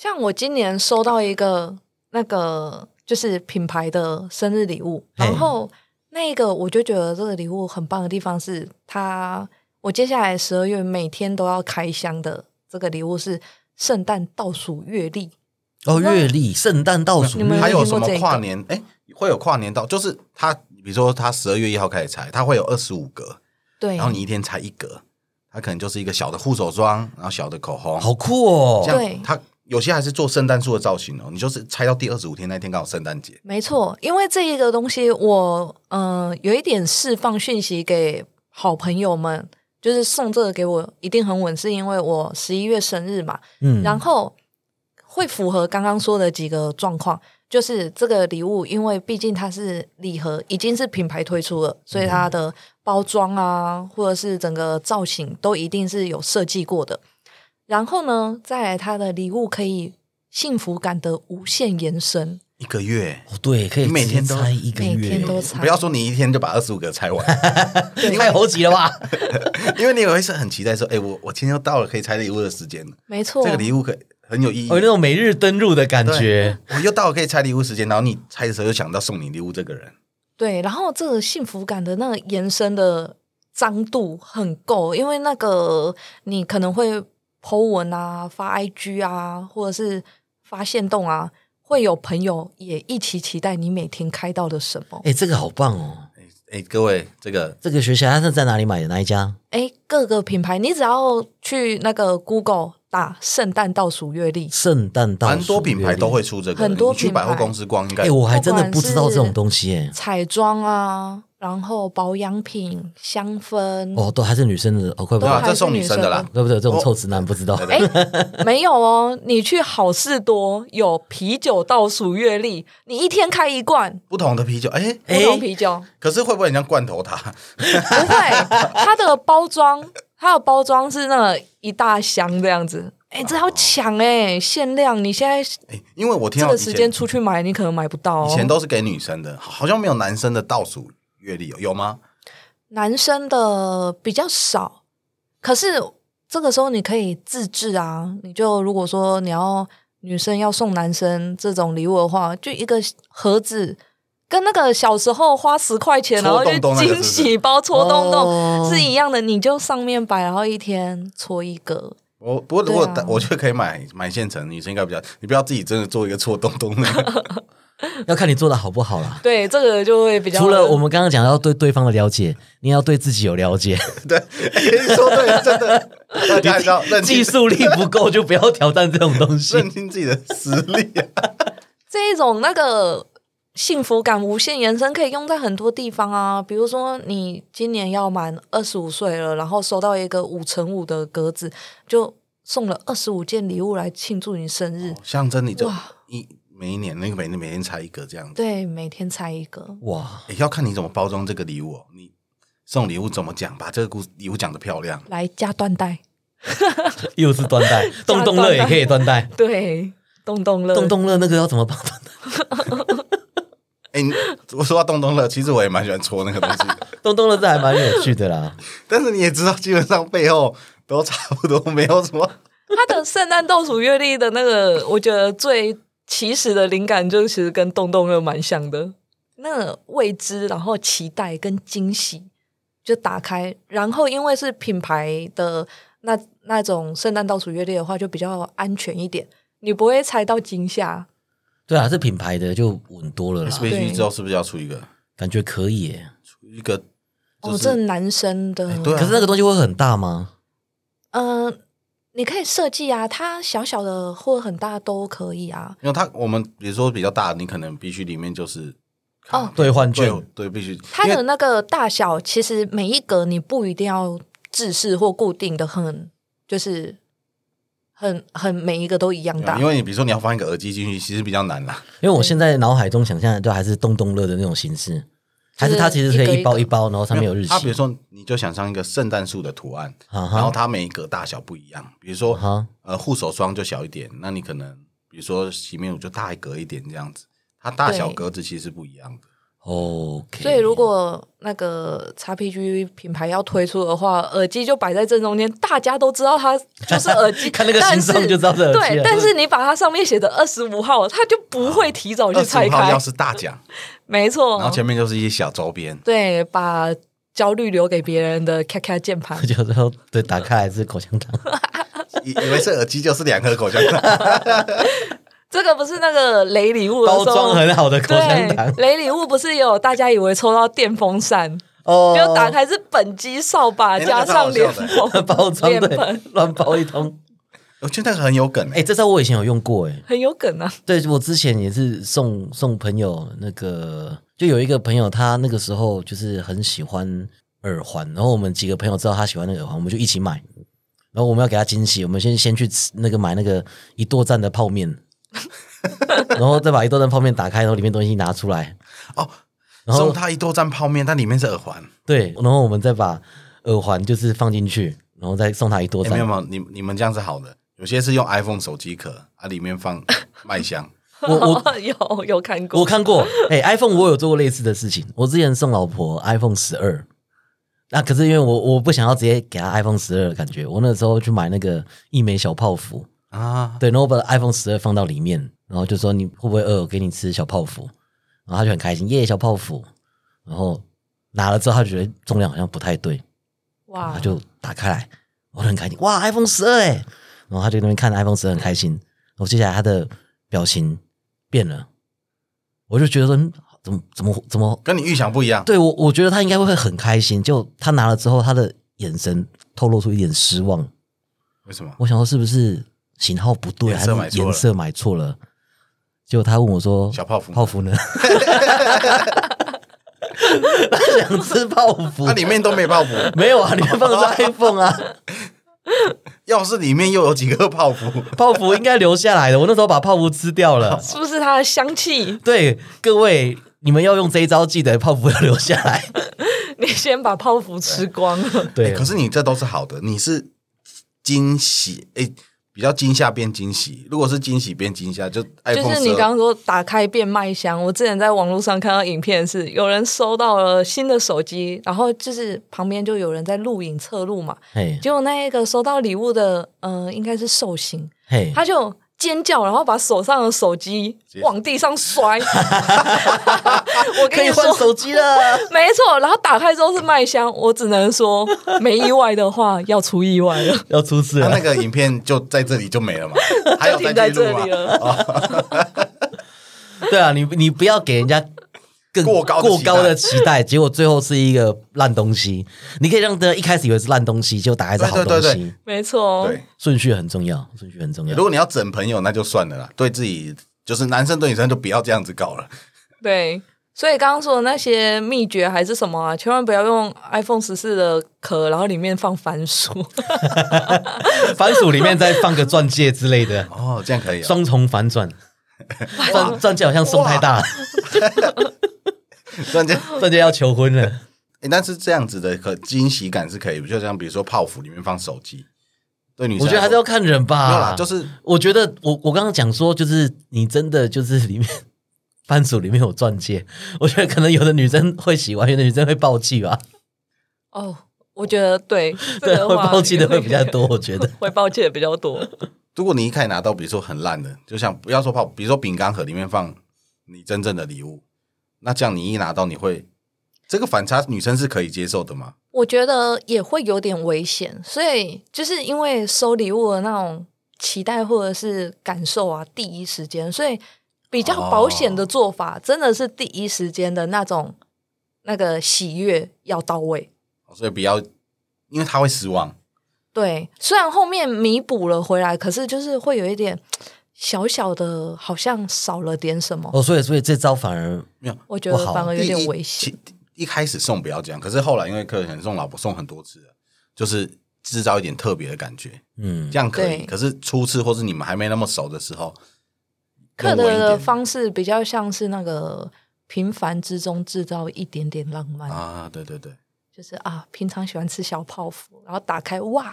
Speaker 3: 像我今年收到一个那个就是品牌的生日礼物，
Speaker 1: 嘿
Speaker 3: 然后那个我就觉得这个礼物很棒的地方是它，我接下来十二月每天都要开箱的这个礼物是圣诞倒数月历，
Speaker 1: 哦，月历、圣诞倒数
Speaker 3: 你们
Speaker 2: 还有
Speaker 3: 听
Speaker 2: 什
Speaker 3: 过
Speaker 2: 么
Speaker 3: 这一个
Speaker 2: 跨年？哎，会有跨年到，就是它，比如说它十二月一号开始拆，它会有二十五格，
Speaker 3: 对，
Speaker 2: 然后你一天拆一格，它可能就是一个小的护手霜，然后小的口红，
Speaker 1: 好酷哦！
Speaker 2: 这
Speaker 3: 对
Speaker 2: 样它有些还是做圣诞树的造型哦。你就是拆到第二十五天那天刚好圣诞节。
Speaker 3: 没错，因为这一呃个东西我，嗯有一点释放讯息给好朋友们，就是送这个给我一定很稳，是因为我十一月生日嘛，
Speaker 1: 嗯，
Speaker 3: 然后会符合刚刚说的几个状况，就是这个礼物，因为毕竟它是礼盒，已经是品牌推出了，所以
Speaker 2: 嗯
Speaker 3: 它的包装啊，或者是整个造型都一定是有设计过的。然后呢，再来它的礼物可以幸福感的无限延伸，
Speaker 2: 一个月，
Speaker 1: 哦对，可以
Speaker 2: 你每天
Speaker 1: 直接
Speaker 2: 都
Speaker 1: 拆一个月，
Speaker 3: 每天都拆
Speaker 2: 不要说你一天就把二十五个拆完，
Speaker 1: 太猴急了吧？
Speaker 2: 因为你也会是很期待说，哎、我我今天又到了可以拆礼物的时间了，
Speaker 3: 没错，
Speaker 2: 这个礼物可很有意义。
Speaker 1: 有那种每日登入的感觉，
Speaker 2: 我又到了可以拆礼物时间，然后你拆的时候又想到送你礼物这个人，
Speaker 3: 对，然后这个幸福感的那个延伸的张度很够，因为那个你可能会 Po 文啊、发 IG 啊，或者是发限动啊，会有朋友也一起期待你每天开到的什么。
Speaker 1: 哎，这个好棒哦！
Speaker 2: 哎、哎各位，这个
Speaker 1: 这个学起来，它是在哪里买的？哪一家？
Speaker 3: 哎，各个品牌，你只要去那个 Google 打“圣诞倒数月历
Speaker 1: 圣诞到
Speaker 2: 蛮多品牌都。会出这个，
Speaker 3: 很多
Speaker 2: 你去
Speaker 3: 品牌
Speaker 2: 百货公司逛应该
Speaker 1: 哎，我还真的不知道这种东西哎”，。
Speaker 3: 彩妆啊，然后保养品、香氛。
Speaker 1: 哦，都还是女生的，哦，怪不
Speaker 2: 对
Speaker 1: 得
Speaker 2: 啊，
Speaker 3: 都还
Speaker 2: 这
Speaker 3: 是
Speaker 2: 送女
Speaker 3: 女
Speaker 2: 生的
Speaker 3: 生
Speaker 2: 啦
Speaker 3: 的，
Speaker 1: 怪不得有这种臭直男不知道。
Speaker 2: 对
Speaker 3: 哎、 没有哦，你去好事多有啤酒倒数月历，你一天开一罐
Speaker 2: 不同的啤酒，哎、
Speaker 3: 不同啤酒，
Speaker 2: 可是会不会很像罐头塔？
Speaker 3: 不会，它的包装，它的包装是那一大箱这样子。哎、这要抢哎、限量！你现在
Speaker 2: 哎、因为我听
Speaker 3: 这
Speaker 2: 到以
Speaker 3: 个时
Speaker 2: 前
Speaker 3: 间出去买，你可能买不到、哦。
Speaker 2: 以前都是给女生的，好好像没有男生的倒数阅历哦有有吗？
Speaker 3: 男生的比较少，可是这个时候你可以自制啊。你就如果说你要女生要送男生这种礼物的话，就一个盒子，跟那个小时候花十块钱然后
Speaker 2: 戳洞
Speaker 3: 去
Speaker 2: 洞那个是
Speaker 3: 惊
Speaker 2: 不是
Speaker 3: 喜包戳洞洞
Speaker 1: 哦
Speaker 3: 是一样的，你就上面摆，然后一天戳一个。
Speaker 2: 我不过如果、
Speaker 3: 对啊
Speaker 2: 我觉得可以买买现成，女生应该比较，你不要自己真的做一个错洞洞那 个。
Speaker 1: 要看你做的好不好啦。
Speaker 3: 对，这个就会比较
Speaker 1: 除了我们刚刚讲要对对方的了解，你也要对自己有了解。
Speaker 2: 对，你哎说对了，真的，大家要认清
Speaker 1: 技术力不够就不要挑战这种东西。
Speaker 2: 认清自己的实力 啊。
Speaker 3: 这一种那个幸福感无限延伸，可以用在很多地方啊。比如说，你今年要满二十五岁了，然后收到一个五乘五的格子，就送了二十五件礼物来庆祝你生日。
Speaker 2: 象征你就
Speaker 3: 哇
Speaker 2: 一每一年那个每年每天拆一个这样子，
Speaker 3: 对，每天拆一个。
Speaker 1: 哇，
Speaker 2: 也要看你怎么包装这个礼物、哦，你送礼物怎么讲，把这个故事礼物讲的漂亮。
Speaker 3: 来加缎带，
Speaker 1: 又是端 带，洞洞乐也可以端带。
Speaker 3: 对，洞洞乐，
Speaker 1: 洞洞乐那个要怎么帮？
Speaker 2: 哎、你我说到洞洞乐，其实我也蛮喜欢戳那个东西的。
Speaker 1: 洞洞乐这还蛮有趣的啦。
Speaker 2: 但是你也知道，基本上背后都差不多，没有什么。
Speaker 3: 他的圣诞倒数月历的那个，我觉得最起始的灵感，就其实跟洞洞又蛮像的，那个未知，然后期待跟惊喜就打开，然后因为是品牌的那那种圣诞倒数月历的话，就比较安全一点，你不会猜到惊吓。
Speaker 1: 对啊，是品牌的就稳多了啦，
Speaker 2: S B G 之后是不是要出一个
Speaker 1: 感觉可以耶。
Speaker 2: 出一个？就
Speaker 3: 哦，
Speaker 2: 是
Speaker 3: 这男生的，
Speaker 2: 哎对啊
Speaker 1: 可是那个东西会很大吗？
Speaker 3: 嗯、你可以设计啊，它小小的或很大都可以啊。
Speaker 2: 因为它我们比如说比较大，你可能必须里面就是
Speaker 3: 哦
Speaker 1: 兑换券
Speaker 2: 对对，必须
Speaker 3: 它
Speaker 2: 因
Speaker 3: 的
Speaker 2: 为
Speaker 3: 那个大小，其实每一格你不一定要制式或固定的很，就是很很每一个都一样
Speaker 1: 啊
Speaker 3: 大
Speaker 2: 因。为你比如说你要放一个耳机进去，其实比较难啦。
Speaker 1: 因为我现在脑海中想象的都还是洞洞乐的那种形式，还是它其实可以一包一包，然后上面有日
Speaker 2: 它比
Speaker 1: 期
Speaker 2: 如。说你就想象一个圣诞树的图案，
Speaker 1: 然
Speaker 2: 然后它每一格大小不一样，比如说、
Speaker 1: 哈，
Speaker 2: 呃护手霜就小一点，那你可能比如说洗面乳就大一格一点这样子，它大小
Speaker 3: 对
Speaker 2: 格子其实不一样的。
Speaker 1: OK。
Speaker 3: 所以如果那个 XPG 品牌要推出的话，耳机就摆在正中间，大家都知道它就是耳 机，
Speaker 1: 看那个
Speaker 3: 但
Speaker 1: 形
Speaker 3: 是
Speaker 1: 状就知道是耳机
Speaker 3: 对
Speaker 1: 了，。
Speaker 3: 但是你把它上面写的二十五号，它就不会提早去
Speaker 2: 二十
Speaker 3: 拆
Speaker 2: 五号
Speaker 3: 开哦
Speaker 2: 要。是大奖，
Speaker 3: 没错
Speaker 2: 然，后前面就是一些小周边。
Speaker 3: 对，把焦虑留给别人的咔咔键盘
Speaker 1: 就说对，打开来是口香糖，
Speaker 2: 以以为是耳机，就是两颗口 香糖。
Speaker 3: 这个不是那个雷礼物的
Speaker 1: 包
Speaker 3: 时候
Speaker 1: 装很好 的口香
Speaker 3: 对
Speaker 1: 糖，
Speaker 3: 雷礼物不是也有大家以为抽到电风扇，
Speaker 1: 哦，
Speaker 3: 就打开是本机扫把
Speaker 2: 哎那个
Speaker 3: 加上连风
Speaker 1: 包装
Speaker 3: 脸
Speaker 1: 对
Speaker 3: 盆，
Speaker 1: 乱包一通。
Speaker 2: 我哦觉得那个很有梗、
Speaker 1: 哎，
Speaker 2: 欸，
Speaker 1: 这招我以前有用过，哎，
Speaker 3: 很有梗啊！
Speaker 1: 对我之前也是送送朋友那个，就有一个朋友，他那个时候就是很喜欢耳环，然后我们几个朋友知道他喜欢那个耳环，我们就一起买。然后我们要给他惊喜，我们先先去吃那个买那个一剁站的泡 面，然后再把一剁站泡面打开，然后里面东西拿出来，
Speaker 2: 哦，
Speaker 1: 然后
Speaker 2: 送他一豆蘸泡面，但里面是耳环。
Speaker 1: 对，然后我们再把耳环就是放进去，然后再送他一剁
Speaker 2: 欸、
Speaker 1: 站。
Speaker 2: 没有没有，你你们这样是好的。有些是用 iPhone 手机壳啊，里面放麦 香。
Speaker 1: 我我
Speaker 3: 有有看过，
Speaker 1: 我看过，哎、i p h o n e 我有做过类似的事情。我之前送老婆 iPhone 十二，那、可是因为我我不想要直接给她 iPhone 十二的感觉，我那时候去买那个一枚小泡芙，
Speaker 2: 啊，
Speaker 1: 对，然后我把 iPhone 十二放到里面，然后就说你会不会饿？我给你吃小泡芙，然后她就很开心，耶，小泡芙。然后拿了之后，她觉得重量好像不太对，
Speaker 3: 哇
Speaker 1: 她就打开来，我就很开心，哇，iPhone 十二哎，然后她就在那边看 iPhone 十二很开心，然后接下来她的表情变了，我就觉得说嗯怎么怎么怎么，
Speaker 2: 跟你预想不一样。
Speaker 1: 对我我觉得她应该会很开心，就她拿了之后，她的眼神透露出一点失望，
Speaker 2: 为什么？
Speaker 1: 我想说是不是型号不对，
Speaker 2: 颜
Speaker 1: 还
Speaker 2: 色
Speaker 1: 是
Speaker 2: 买错了
Speaker 1: 颜色买错了？结果他问我说：“
Speaker 2: 小泡芙
Speaker 1: 泡 芙呢？” 他想吃泡芙
Speaker 2: 啊它、，里面都没泡 芙，
Speaker 1: 没有啊，里面放 的是 iPhone 啊，
Speaker 2: 要是里面又有几个泡芙，
Speaker 1: 泡芙应该留下来的。我那时候把泡芙吃掉了。
Speaker 3: 是不是它的香气？
Speaker 1: 对各位，你们要用这一招，记得泡芙要留下来。
Speaker 3: 你先把泡芙 吃光了，
Speaker 1: 对，
Speaker 2: 欸可是你这都是好的，你是惊喜，哎、比较惊吓变惊喜。如果是惊喜变惊吓，就
Speaker 1: 哎
Speaker 2: iPhone
Speaker 3: 就是你
Speaker 2: 12
Speaker 3: 刚刚说打开变麦香。我之前在网络上看到影片是，有人收到了新的手机，然后就是旁边就有人在录影测录嘛，
Speaker 1: 哎
Speaker 2: 哎
Speaker 1: 嘿，
Speaker 3: 结果那一个收到礼物的，呃，应该是寿星，
Speaker 1: 嘿，
Speaker 3: 他就尖叫，然后把手上的手机往地上 摔。我
Speaker 1: 可
Speaker 3: 跟
Speaker 1: 以
Speaker 3: 你
Speaker 1: 换
Speaker 3: 说，
Speaker 1: 手机 了。
Speaker 3: 没错。然后打开之后是麦香，我只能说，没意外的话要出意 外了，
Speaker 1: 要出事
Speaker 2: 他
Speaker 1: 了
Speaker 2: 那。个影片就在这里就没 了嘛，还
Speaker 3: 就
Speaker 2: 有
Speaker 3: 停
Speaker 2: 再
Speaker 3: 在
Speaker 2: 记录啊
Speaker 3: 这
Speaker 2: 吗
Speaker 3: 里？
Speaker 1: 哦
Speaker 3: 了。
Speaker 1: 对啊，你你不要给人家更
Speaker 2: 过高的
Speaker 1: 过
Speaker 2: 期待
Speaker 1: 高的期待，结果最后是一个烂东西。你可以让大家一开始以为是烂东西，结果打开是好东西。
Speaker 2: 对对对
Speaker 3: 没错，
Speaker 2: 对，
Speaker 1: 顺序很重要，顺序很重要
Speaker 2: 如。果你要整朋友，那就算了啦。对自己，就是男生对女生就不要这样子搞了。
Speaker 3: 对。所以刚刚说的那些秘诀还是什么啊？千万不要用 iPhone 十四的壳，然后里面放 番薯。
Speaker 1: 反鼠里面再放个钻戒之类的，
Speaker 2: 哦，这样可以、哦。
Speaker 1: 双重反转。钻钻戒好像送太大了，
Speaker 2: 突然间
Speaker 1: 钻戒要求婚了。
Speaker 2: 欸，但是这样子的可惊喜感是可以，就像比如说泡芙里面放手机，对女生
Speaker 1: 我觉得还是要看啊人
Speaker 2: 没有
Speaker 1: 吧
Speaker 2: 啦，。就是
Speaker 1: 我觉得我我刚刚讲说，就是你真的就是里面番薯里面有钻戒，我觉得可能有的女生会喜欢，有的女生会爆气吧。
Speaker 3: 哦，我觉得对，这
Speaker 1: 对，
Speaker 3: 个
Speaker 1: 会
Speaker 3: 话
Speaker 1: 爆气的会比较多，，我觉得。
Speaker 3: 会爆气的比较多。
Speaker 2: 如果你一开始拿到，比如说很烂的，就像不要说泡，比如说饼干盒里面放你真正的礼物，那这样你一拿到，你会这个反差，女生是可以接受的吗？
Speaker 3: 我觉得也会有点危险，所以就是因为收礼物的那种期待或者是感受啊，第一时间，所以比较保险
Speaker 2: 哦
Speaker 3: 的做法，真的是第一时间的那种那个喜悦要到位。
Speaker 2: 哦所以不要，因为她会失望。
Speaker 3: 对，虽然后面弥补了回来，可是就是会有一点小小的，好像少了点什么。
Speaker 1: 哦，所以所以这招反而
Speaker 2: 没有，
Speaker 3: 我觉得
Speaker 1: 不好
Speaker 3: 反而有
Speaker 2: 第
Speaker 3: 点
Speaker 2: 一
Speaker 3: 危险。
Speaker 2: 其一开始送不要这样，可是后来因为客人送老婆送很多次了，就是制造一点特别的感觉，
Speaker 1: 嗯
Speaker 2: 这，样可以。
Speaker 3: 对
Speaker 2: 可是初次或是你们还没那么熟的时候，
Speaker 3: 克
Speaker 2: 更稳
Speaker 3: 德
Speaker 2: 一
Speaker 3: 的
Speaker 2: 点
Speaker 3: 方式比较像是那个平凡之中制造一点点浪漫。
Speaker 2: 啊，对对对，
Speaker 3: 就是啊，平常喜欢吃小泡芙，然后打开哇，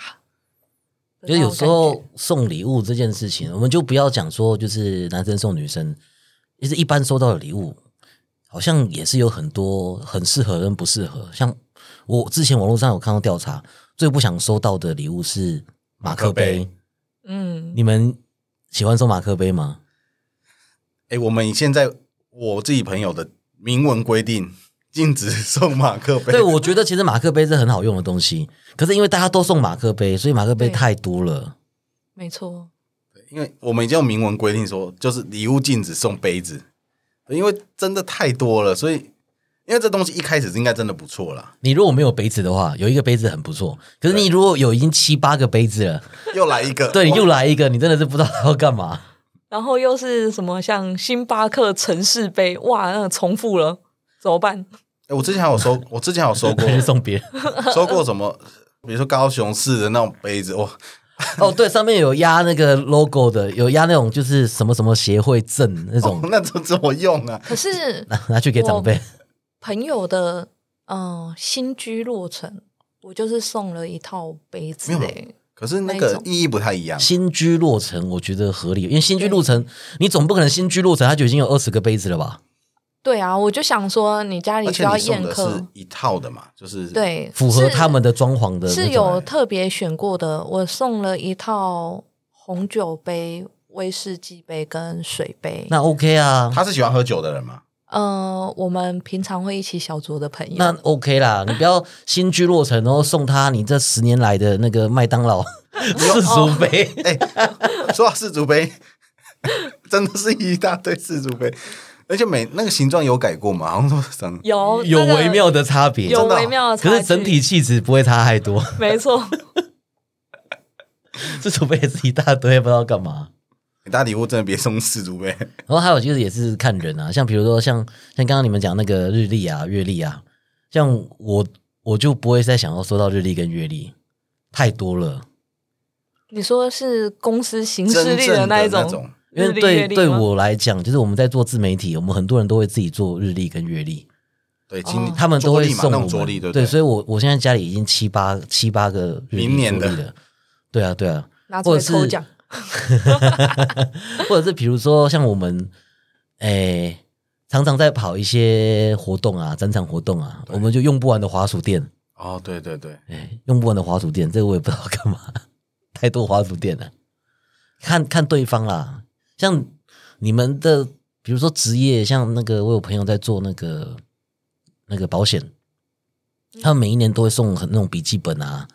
Speaker 1: 就是有时
Speaker 3: 那种
Speaker 1: 候送礼物这件事情，我们就不要讲说就是男生送女生，就是一般收到的礼物，好像也是有很多很适合跟不适合。像我之前网络上有看到调查，最不想收到的礼物是马克
Speaker 2: 马
Speaker 1: 杯
Speaker 2: 克。
Speaker 3: 感觉嗯，
Speaker 1: 你们喜欢收马克杯 吗？
Speaker 2: 哎，我们现在我自己朋友的明文规定禁止送马克杯，
Speaker 1: 对，我觉得其实马克杯是很好用的东西，可是因为大家都送马克杯，所以马克杯
Speaker 3: 对
Speaker 1: 太多了。
Speaker 3: 没错，
Speaker 2: 因为我们已经有明文规定说，就是礼物禁止送杯子，因为真的太多了，所以。因为这东西一开始应该真的不错啦，
Speaker 1: 你如果没有杯子的话，有一个杯子很不错。可是你如果有已经七八个杯子了，
Speaker 2: 又来一 个，哦
Speaker 1: 对，
Speaker 2: 哇
Speaker 1: 又来一个，你真的是不知道他要干嘛。
Speaker 3: 然后又是什么像星巴克城市杯，哇，那个重复了，怎么办？
Speaker 2: 哎，我之前还有收，我之前还有收过
Speaker 1: 还是送别人？
Speaker 2: 收过什么，比如说高雄市的那种杯子，哇，
Speaker 1: 哦，对，上面有压那个 logo 的，有压那种就是什么什么协会证那
Speaker 3: 哦
Speaker 1: 种，
Speaker 2: 那这怎么用啊？
Speaker 3: 可是
Speaker 1: 拿拿去给长辈。
Speaker 3: 朋友的嗯、呃新居落成，我就是送了一套杯子、
Speaker 2: 没有
Speaker 3: 欸，
Speaker 2: 可是那
Speaker 3: 那一
Speaker 2: 个
Speaker 3: 种
Speaker 2: 意义不太一样，
Speaker 1: 新居落成，我觉得合理，因为新居落成，你总不可能新居落成，它就已经有二十个杯子了吧？
Speaker 3: 对啊，我就想说你家里
Speaker 2: 而
Speaker 3: 需
Speaker 2: 且
Speaker 3: 要
Speaker 2: 你送
Speaker 3: 宴
Speaker 2: 的是
Speaker 3: 客，
Speaker 2: 一套的嘛，就是，
Speaker 3: 对，
Speaker 1: 符合
Speaker 3: 是
Speaker 1: 他们的装潢的那种
Speaker 3: 是有特别选过的，我送了一套红酒杯、威士忌杯跟水杯。
Speaker 1: 那 OK 啊，
Speaker 2: 他是喜欢喝酒的人嘛，
Speaker 3: 呃，我们平常会一起小酌的朋友，
Speaker 1: 那 OK 啦，你不要新居落成，然后送他你这十年来的那个麦当 劳
Speaker 3: 哦
Speaker 1: 世俗杯。
Speaker 2: 哎， 说到四足杯，真的是一大堆四足杯，而且每那个形状有改过嘛，好像说长
Speaker 3: 有
Speaker 1: 有
Speaker 3: 那个
Speaker 1: 微妙的差别，
Speaker 3: 有
Speaker 2: 真的哦
Speaker 3: 微妙的差距，
Speaker 1: 可是整体气质不会差太多。
Speaker 3: 没错。
Speaker 1: 世俗杯也是一大堆，不知道干嘛。
Speaker 2: 你大礼物真的别送四足 杯，
Speaker 1: 然后还有就是也是看人啊，像比如说像像刚刚你们讲那个日历啊、月历啊，像我我就不会再想要收到日历跟月历，太多了。
Speaker 3: 你说是公司行事
Speaker 2: 真
Speaker 3: 历
Speaker 2: 正的
Speaker 3: 那一
Speaker 2: 种。
Speaker 1: 因为
Speaker 3: 日历
Speaker 1: 对
Speaker 3: 月历
Speaker 1: 对
Speaker 3: 吗
Speaker 1: 我来讲，就是我们在做自媒体，我们很多人都会自己做日历跟月历，
Speaker 2: 对，今
Speaker 3: 哦
Speaker 1: 他们都
Speaker 2: 桌
Speaker 1: 会
Speaker 2: 历嘛
Speaker 1: 送
Speaker 2: 那
Speaker 1: 我
Speaker 2: 种
Speaker 1: 们。
Speaker 2: 桌历，对不
Speaker 1: 对，所以我我现在家里已经七八七八个日历
Speaker 2: 明年的
Speaker 1: 桌历了，对啊对啊，
Speaker 3: 拿出
Speaker 1: 或
Speaker 3: 来
Speaker 1: 者
Speaker 3: 抽
Speaker 1: 是
Speaker 3: 奖，
Speaker 1: 或者是比如说像我们，诶、常常在跑一些活动啊，展场活动啊，我们就用不完的滑鼠垫，
Speaker 2: 哦，对对对，
Speaker 1: 哎、用不完的滑鼠垫，这个我也不知道干嘛， 太多滑鼠垫了。看看对方啦，像你们的，比如说职业，像那个我有朋友在做那个那个保险，他们每一年都会送很那种笔记本啊，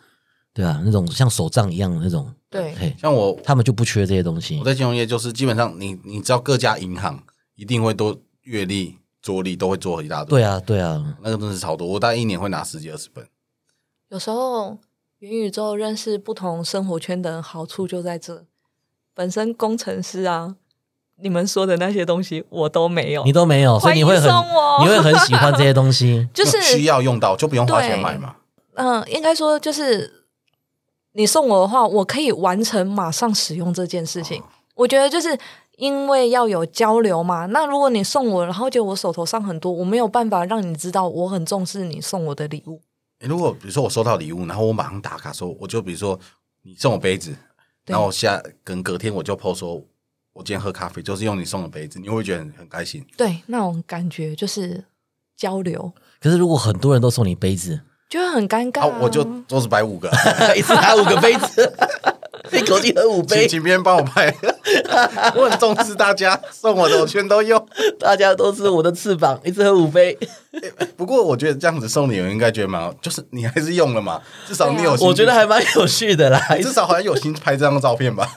Speaker 1: 对啊，那种像手账一样的那种，
Speaker 3: 对
Speaker 1: 嘿，
Speaker 2: 像我
Speaker 1: 他们就不缺这些东西
Speaker 2: 我。在金融业就是基本上你你知道各家银行一定会多月历、桌历都会做一大堆，
Speaker 1: 对啊，对啊，
Speaker 2: 那个真的是超多，我大概一年会拿十几二十本。
Speaker 3: 有时候元宇宙认识不同生活圈的人，好处就在这。本身工程师啊，你们说的那些东西我都没有
Speaker 1: 你，都没有，所以你会很
Speaker 3: 欢迎送我。
Speaker 1: 你会很喜欢这些东西
Speaker 3: 就是
Speaker 2: 需要用到就不用花钱
Speaker 3: 对
Speaker 2: 买嘛。
Speaker 3: 嗯、应该说就是你送我的话，我可以完成马上使用这件事情。
Speaker 2: 哦
Speaker 3: 我觉得就是因为要有交流嘛。那如果你送我，然后就我手头上很多，我没有办法让你知道我很重视你送我的礼物。
Speaker 2: 诶如果比如说我收到礼物，然后我马上打卡说，我就比如说你送我杯子，
Speaker 3: 对
Speaker 2: 然后我下跟隔天我就 PO 说，我今天喝咖啡就是用你送的杯子，你会不会觉得很很开心。
Speaker 3: 对，那种感觉就是交流，
Speaker 1: 可是如果很多人都送你杯子，
Speaker 3: 就会很尴尬、
Speaker 2: 好，
Speaker 3: 啊。
Speaker 2: 我就桌子摆五个，
Speaker 1: 一次拿五个杯 子，一口气喝五
Speaker 2: 请
Speaker 1: 杯，
Speaker 2: 请别人帮我 拍，我很重视大家送我的，我全都用。
Speaker 1: 大家都是我的翅膀，一次喝五杯。
Speaker 2: 不过我觉得这样子送礼，我应该觉得蛮好，就是你还是用了嘛，至少
Speaker 3: 啊
Speaker 2: 你有心去，
Speaker 1: 我觉得还蛮有趣 的啦。
Speaker 2: 至少还有心拍这张照片吧。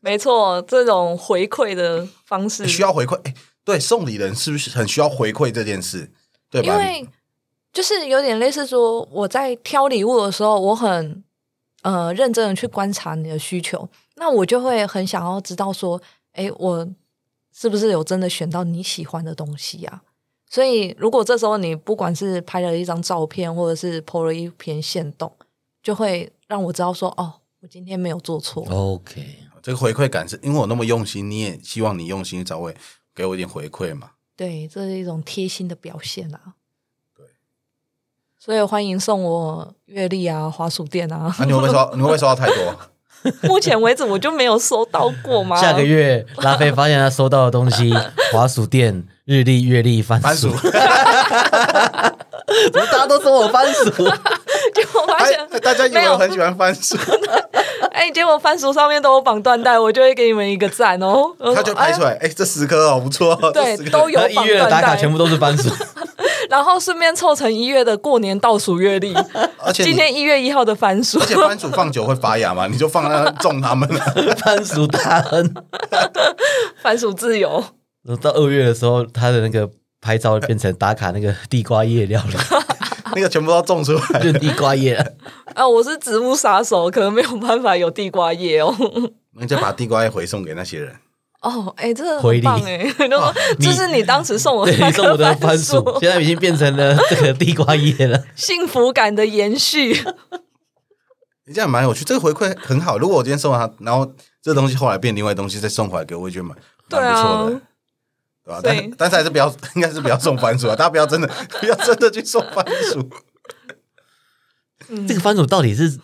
Speaker 3: 没错，这种回馈的方式
Speaker 2: 需要回馈，哎、对，送礼人是不是很需要回馈这件事？对
Speaker 3: 因
Speaker 2: 吧？
Speaker 3: 为就是有点类似说，我在挑礼物的时候，我很呃认真的去观察你的需求，那我就会很想要知道说，哎，我是不是有真的选到你喜欢的东西啊？所以，如果这时候你不管是拍了一张照片，或者是 PO 了一篇线动，就会让我知道说，哦，我今天没有做
Speaker 2: 嗯
Speaker 3: 错。
Speaker 1: OK，
Speaker 2: 这个回馈感是因为我那么用心，你也希望你用心找我给我一点回馈嘛。
Speaker 3: 对，这是一种贴心的表现啊。对，所以欢迎送我月历啊、滑鼠垫啊。
Speaker 2: 那、你会不会收？你会不会收到太多？
Speaker 3: 目前为止我就没有收到过嘛。
Speaker 1: 下个月拉菲发现他收到的东 西，滑鼠垫、日历、月历、番
Speaker 2: 番
Speaker 1: 薯
Speaker 2: 薯，，
Speaker 1: 怎么大家都说我番薯？
Speaker 3: 结果发现，
Speaker 2: 哎，大家以
Speaker 3: 没
Speaker 2: 为
Speaker 3: 有
Speaker 2: 我很喜欢番薯，
Speaker 3: 哎，结果番薯上面都有绑缎带，我就会给你们一个赞哦。
Speaker 2: 他就拍出
Speaker 3: 来，
Speaker 2: 来，哎、这十颗哦，不错哦，
Speaker 3: 对
Speaker 2: 这十，颗
Speaker 3: 都有
Speaker 1: 那一
Speaker 3: 绑
Speaker 1: 月的
Speaker 3: 缎
Speaker 1: 打卡
Speaker 3: 带，
Speaker 1: 全部都是番 薯，
Speaker 3: 然后顺便凑成一月的过年倒数月历。
Speaker 2: 而且你
Speaker 3: 今天一月一号的番薯
Speaker 2: 而，且番薯放久会发芽嘛，你就放那种它们。
Speaker 1: 番薯大亨。
Speaker 3: 番薯自由，
Speaker 1: 到二月的时候，他的那个拍照变成打卡那个地瓜叶料了，
Speaker 2: 那个全部都种出 来。
Speaker 1: 就地瓜叶了。
Speaker 3: 啊，我是植物杀手，可能没有办法有地瓜叶哦。
Speaker 2: 那再把地瓜叶回送给那些人，
Speaker 3: 哦，哎、这个
Speaker 1: 回
Speaker 3: 很
Speaker 1: 礼
Speaker 3: 棒哎、 然后
Speaker 1: 你
Speaker 3: 这是你当时送我
Speaker 1: 对，
Speaker 3: 那
Speaker 1: 你送我
Speaker 3: 个
Speaker 1: 的
Speaker 3: 番嗯
Speaker 1: 番薯，现在已经变成 了这个地瓜叶了。
Speaker 3: 幸福感的延 续。
Speaker 2: 你这样蛮有趣，这个回馈很好。如果我今天送他，然后这东西后来变另外东西再送回来给我，我也觉得蛮
Speaker 3: 对
Speaker 2: 蛮不错的
Speaker 3: 啊。，
Speaker 2: 对吧？
Speaker 3: 所
Speaker 2: 但
Speaker 3: 以
Speaker 2: 但是还是不要，应该是不要送番薯啊！大家不要真的不要真的去送番薯。
Speaker 3: 嗯
Speaker 1: 这个番薯到底是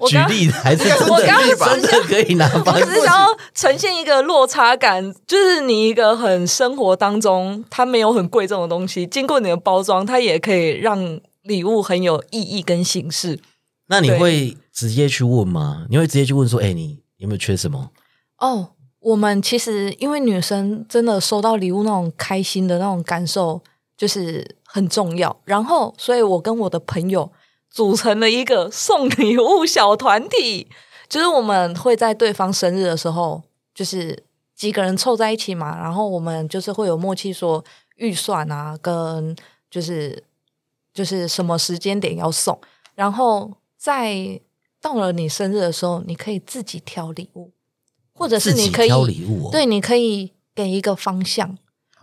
Speaker 3: 我
Speaker 1: 举
Speaker 3: 刚
Speaker 1: 例的还是
Speaker 2: 应该
Speaker 1: 真
Speaker 2: 是
Speaker 1: 的
Speaker 3: 我刚
Speaker 2: 举例吧
Speaker 1: 真的可以拿 番
Speaker 3: 我只
Speaker 1: 薯？
Speaker 3: 是想要呈现一个落差感，就是你一个很生活当中，它没有很贵重的东西，经过你的包装，它也可以让礼物很有意义跟形式。
Speaker 1: 那你
Speaker 3: 对
Speaker 1: 会直接去问吗？你会直接去问说，哎、你有没有缺什么？
Speaker 3: 哦，我们其实因为女生真的收到礼物那种开心的那种感受，就是很重要。然后，所以我跟我的朋友组成了一个送礼物小团体， 就是我们会在对方生日的时候，就是几个人凑在一起嘛，然后我们就是会有默契说预算啊，跟就是就是什么时间点要送，然后在到了你生日的时候，你可以自己挑礼物，或者是
Speaker 1: 自
Speaker 3: 你
Speaker 1: 己
Speaker 3: 可以
Speaker 1: 挑礼物、哦，
Speaker 3: 对，你可以给一个方向，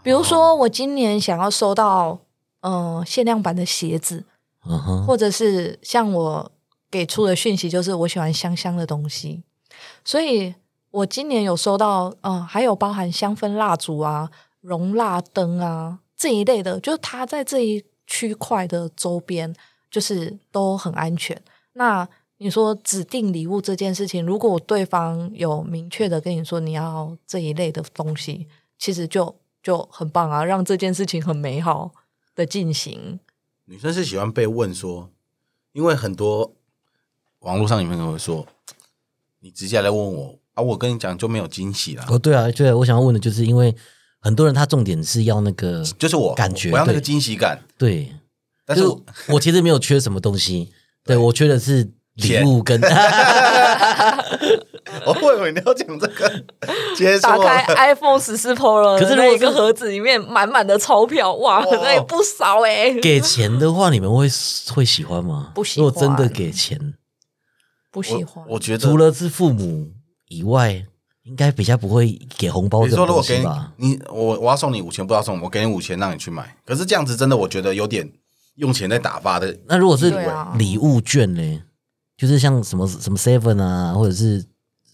Speaker 3: 比如
Speaker 1: 哦
Speaker 3: 说我今年想要收到嗯、呃限量版的鞋子，
Speaker 1: 嗯哼，
Speaker 3: 或者是像我给出的讯息，就是我喜欢香香的东西，所以我今年有收到，嗯，还有包含香氛蜡烛啊、容蜡灯啊这一类的，就是它在这一区块的周边，就是都很安全。那你说指定礼物这件事情，如果对方有明确的跟你说你要这一类的东西，其实就就很棒啊，让这件事情很美好的进行。
Speaker 2: 女生是喜欢被问说，因为很多网络上有朋友会说，你直接来问我啊，我跟你讲就没有惊喜啦。
Speaker 1: 哦，对啊，对啊，我想要问的就是，因为很多人他重点是要那个，
Speaker 2: 就是我
Speaker 1: 感觉
Speaker 2: 我要那个
Speaker 1: 对
Speaker 2: 惊喜感，
Speaker 1: 对，
Speaker 2: 但是
Speaker 1: 就
Speaker 2: 我
Speaker 1: 我其实没有缺什么东 西，对
Speaker 2: 对
Speaker 1: 我缺的是礼物跟
Speaker 2: 我 我以为你要讲这个，接错
Speaker 3: 打开
Speaker 2: 了。
Speaker 3: iPhone 十四 Pro 了，
Speaker 1: 可是如果
Speaker 3: 那
Speaker 1: 是
Speaker 3: 一个盒子里面满满的钞票，哇，
Speaker 2: 哦
Speaker 3: 那也不少哎、
Speaker 1: 给钱的话，你们会会喜欢吗？
Speaker 3: 不喜
Speaker 1: 如果真的
Speaker 3: 欢
Speaker 1: 给钱，
Speaker 3: 不喜欢
Speaker 2: 我，我觉得
Speaker 1: 除了是父母以外，应该比较不会给红包
Speaker 2: 比如
Speaker 1: 这
Speaker 2: 说，
Speaker 1: 种
Speaker 2: 如
Speaker 1: 东
Speaker 2: 果给
Speaker 1: 西
Speaker 2: 你
Speaker 1: 吧？
Speaker 2: 你我我要送你五千，不知道送什么我给你五千让你去买。可是这样子真的，我觉得有点用钱在打发的。
Speaker 1: 那如果是
Speaker 3: 对啊
Speaker 1: 礼物券呢？就是像什么什么 Seven 啊，或者是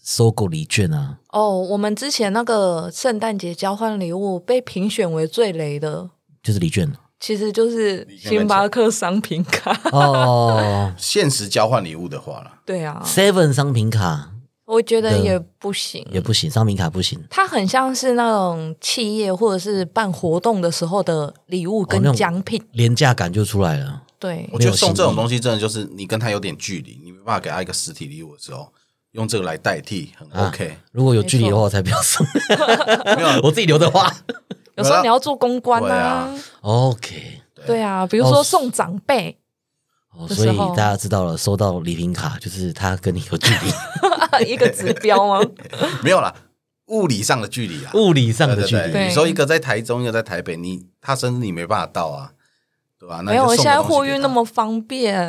Speaker 1: 搜狗礼券啊，
Speaker 3: 哦，我们之前那个圣诞节交换礼物被评选为最雷的，
Speaker 1: 就是礼券
Speaker 3: 其实就是星巴克商 品卡。
Speaker 1: 哦。
Speaker 2: 现实交换礼物的话啦，
Speaker 3: 对啊，
Speaker 1: Seven 商品卡
Speaker 3: 我觉得也不行，
Speaker 1: 也不行，商品卡不行，
Speaker 3: 它很像是那种企业或者是办活动的时候的礼物
Speaker 1: 哦那
Speaker 3: 跟
Speaker 1: 种
Speaker 3: 奖品。
Speaker 1: 廉价感就出来了。
Speaker 3: 对
Speaker 2: 我
Speaker 1: 没
Speaker 2: 觉
Speaker 1: 有
Speaker 2: 得送这
Speaker 1: 心意
Speaker 2: 种东西真的就是你跟他有点距离，你没办法给他一个实体礼物的时候，用这个来代替，很
Speaker 1: 啊
Speaker 2: OK。
Speaker 1: 如果有距离的话，我才不要送。
Speaker 2: 没有啊
Speaker 1: 我自己留的话
Speaker 3: 有时候你要做公关
Speaker 2: 对
Speaker 3: 啊
Speaker 2: 啊，
Speaker 1: ，OK。
Speaker 3: 对啊，比如说送长辈，
Speaker 1: 哦，
Speaker 3: 这
Speaker 1: 所
Speaker 3: 时
Speaker 1: 以
Speaker 3: 候
Speaker 1: 大家知道了，收到礼品卡就是他跟你有距离，
Speaker 3: 一个指标吗？
Speaker 2: 没有啦，物理上的距离啦，
Speaker 1: 物理上的距
Speaker 2: 对
Speaker 1: 离。
Speaker 2: 对
Speaker 3: 对
Speaker 2: 对你说一个在台中，一个在台北，你他生日你没办法到啊，对吧、那
Speaker 3: 没
Speaker 2: 你就
Speaker 3: 有，
Speaker 2: 送
Speaker 3: 现
Speaker 2: 个
Speaker 3: 在
Speaker 2: 东西
Speaker 3: 货
Speaker 2: 给他
Speaker 3: 运那么方便，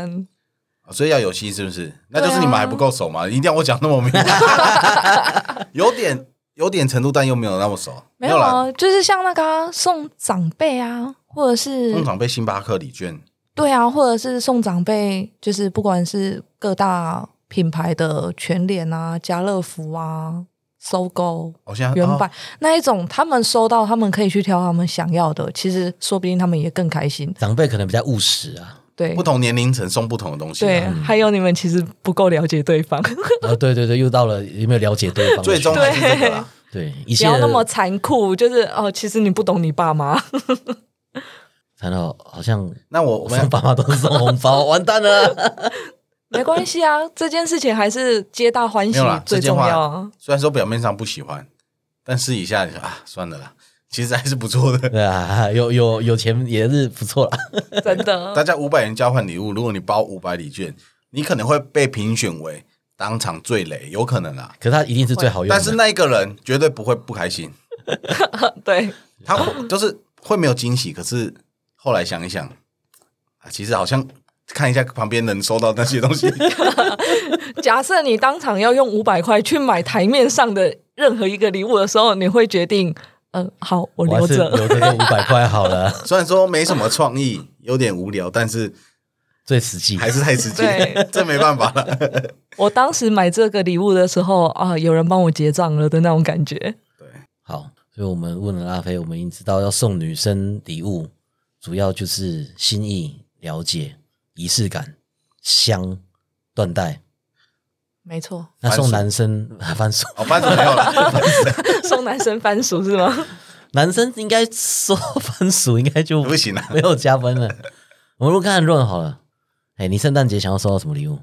Speaker 2: 啊所以要有心是不是？那就是你们
Speaker 3: 对啊
Speaker 2: 还不够熟嘛，一定要我讲那么明白， 有点有点程度，但又没有那么熟。
Speaker 3: 没有
Speaker 2: 啦，
Speaker 3: 啊，就是像那个啊、送长辈啊，或者是
Speaker 2: 通常被星巴克礼券，
Speaker 3: 对啊，或者是送长辈，就是不管是各大品牌的全联啊、家乐福啊、搜狗。
Speaker 2: 我现在
Speaker 3: 原版、
Speaker 2: 哦
Speaker 3: 那一种，他们收到，他们可以去挑他们想要的。其实说不定他们也更开心。
Speaker 1: 长辈可能比较务实啊，
Speaker 3: 对
Speaker 2: 不同年龄层送不同的东西、
Speaker 3: 对，
Speaker 2: 啊，
Speaker 3: 还有你们其实不够了解对 方，不
Speaker 1: 啊，对对对，又到了有没有了解对方的
Speaker 2: 最终
Speaker 1: 需
Speaker 2: 还
Speaker 1: 求？
Speaker 2: 是这个啦。
Speaker 1: 对一切
Speaker 3: 要那么残酷。就是哦，其实你不懂你爸妈。
Speaker 1: 看到好像
Speaker 2: 那我我
Speaker 1: 我
Speaker 2: 们
Speaker 1: 们爸妈都是送红包，完蛋 了。
Speaker 3: 没关系啊，这件事情还是皆大欢
Speaker 2: 没
Speaker 3: 喜
Speaker 2: 有啦，
Speaker 3: 最
Speaker 2: 这件
Speaker 3: 重
Speaker 2: 话
Speaker 3: 要啊。
Speaker 2: 虽然说表面上不喜欢，但私底下你说啊，算了啦，其实还是不错的。
Speaker 1: 对啊，有有有钱也是不错啦。
Speaker 3: 真
Speaker 2: 大
Speaker 3: 的，
Speaker 2: 家五百元交换礼物，如果你包五百礼券，你可能会被评选为当场最雷，有可能啦。
Speaker 1: 可是他一定是最好用的。
Speaker 2: 但是那一个人绝对不会不开心，
Speaker 3: 对，
Speaker 2: 他会就是会没有惊喜，可是后来想一想，啊，其实好像看一下旁边能收到那些东西，
Speaker 3: 假设你当场要用五百块去买台面上的任何一个礼物的时候，你会决定，嗯，好，我
Speaker 1: 我还
Speaker 3: 留
Speaker 1: 是
Speaker 3: 着。
Speaker 1: 留着这五百块好 了，
Speaker 2: 虽然说没什么创意，有点无聊，但是
Speaker 1: 最实际。
Speaker 2: 还是太直接
Speaker 3: 对，
Speaker 2: 这没办法了。
Speaker 3: 我当时买这个礼物的时候啊，有人帮我结账了的那种感觉。
Speaker 1: 好，所以我们问了拉菲，我们已经知道要送女生礼物，主要就是心意、了解、仪式感、香、缎带。
Speaker 3: 没错，
Speaker 1: 那送
Speaker 2: 番薯
Speaker 1: 男生啊，番薯，
Speaker 2: 哦，班主没有了，
Speaker 3: 送男生番薯是吗？
Speaker 1: 男生应该收番薯应该就
Speaker 2: 不行啊。
Speaker 1: 没有加分了。我们看看论好了。哎，你圣诞节想要收到什么礼物？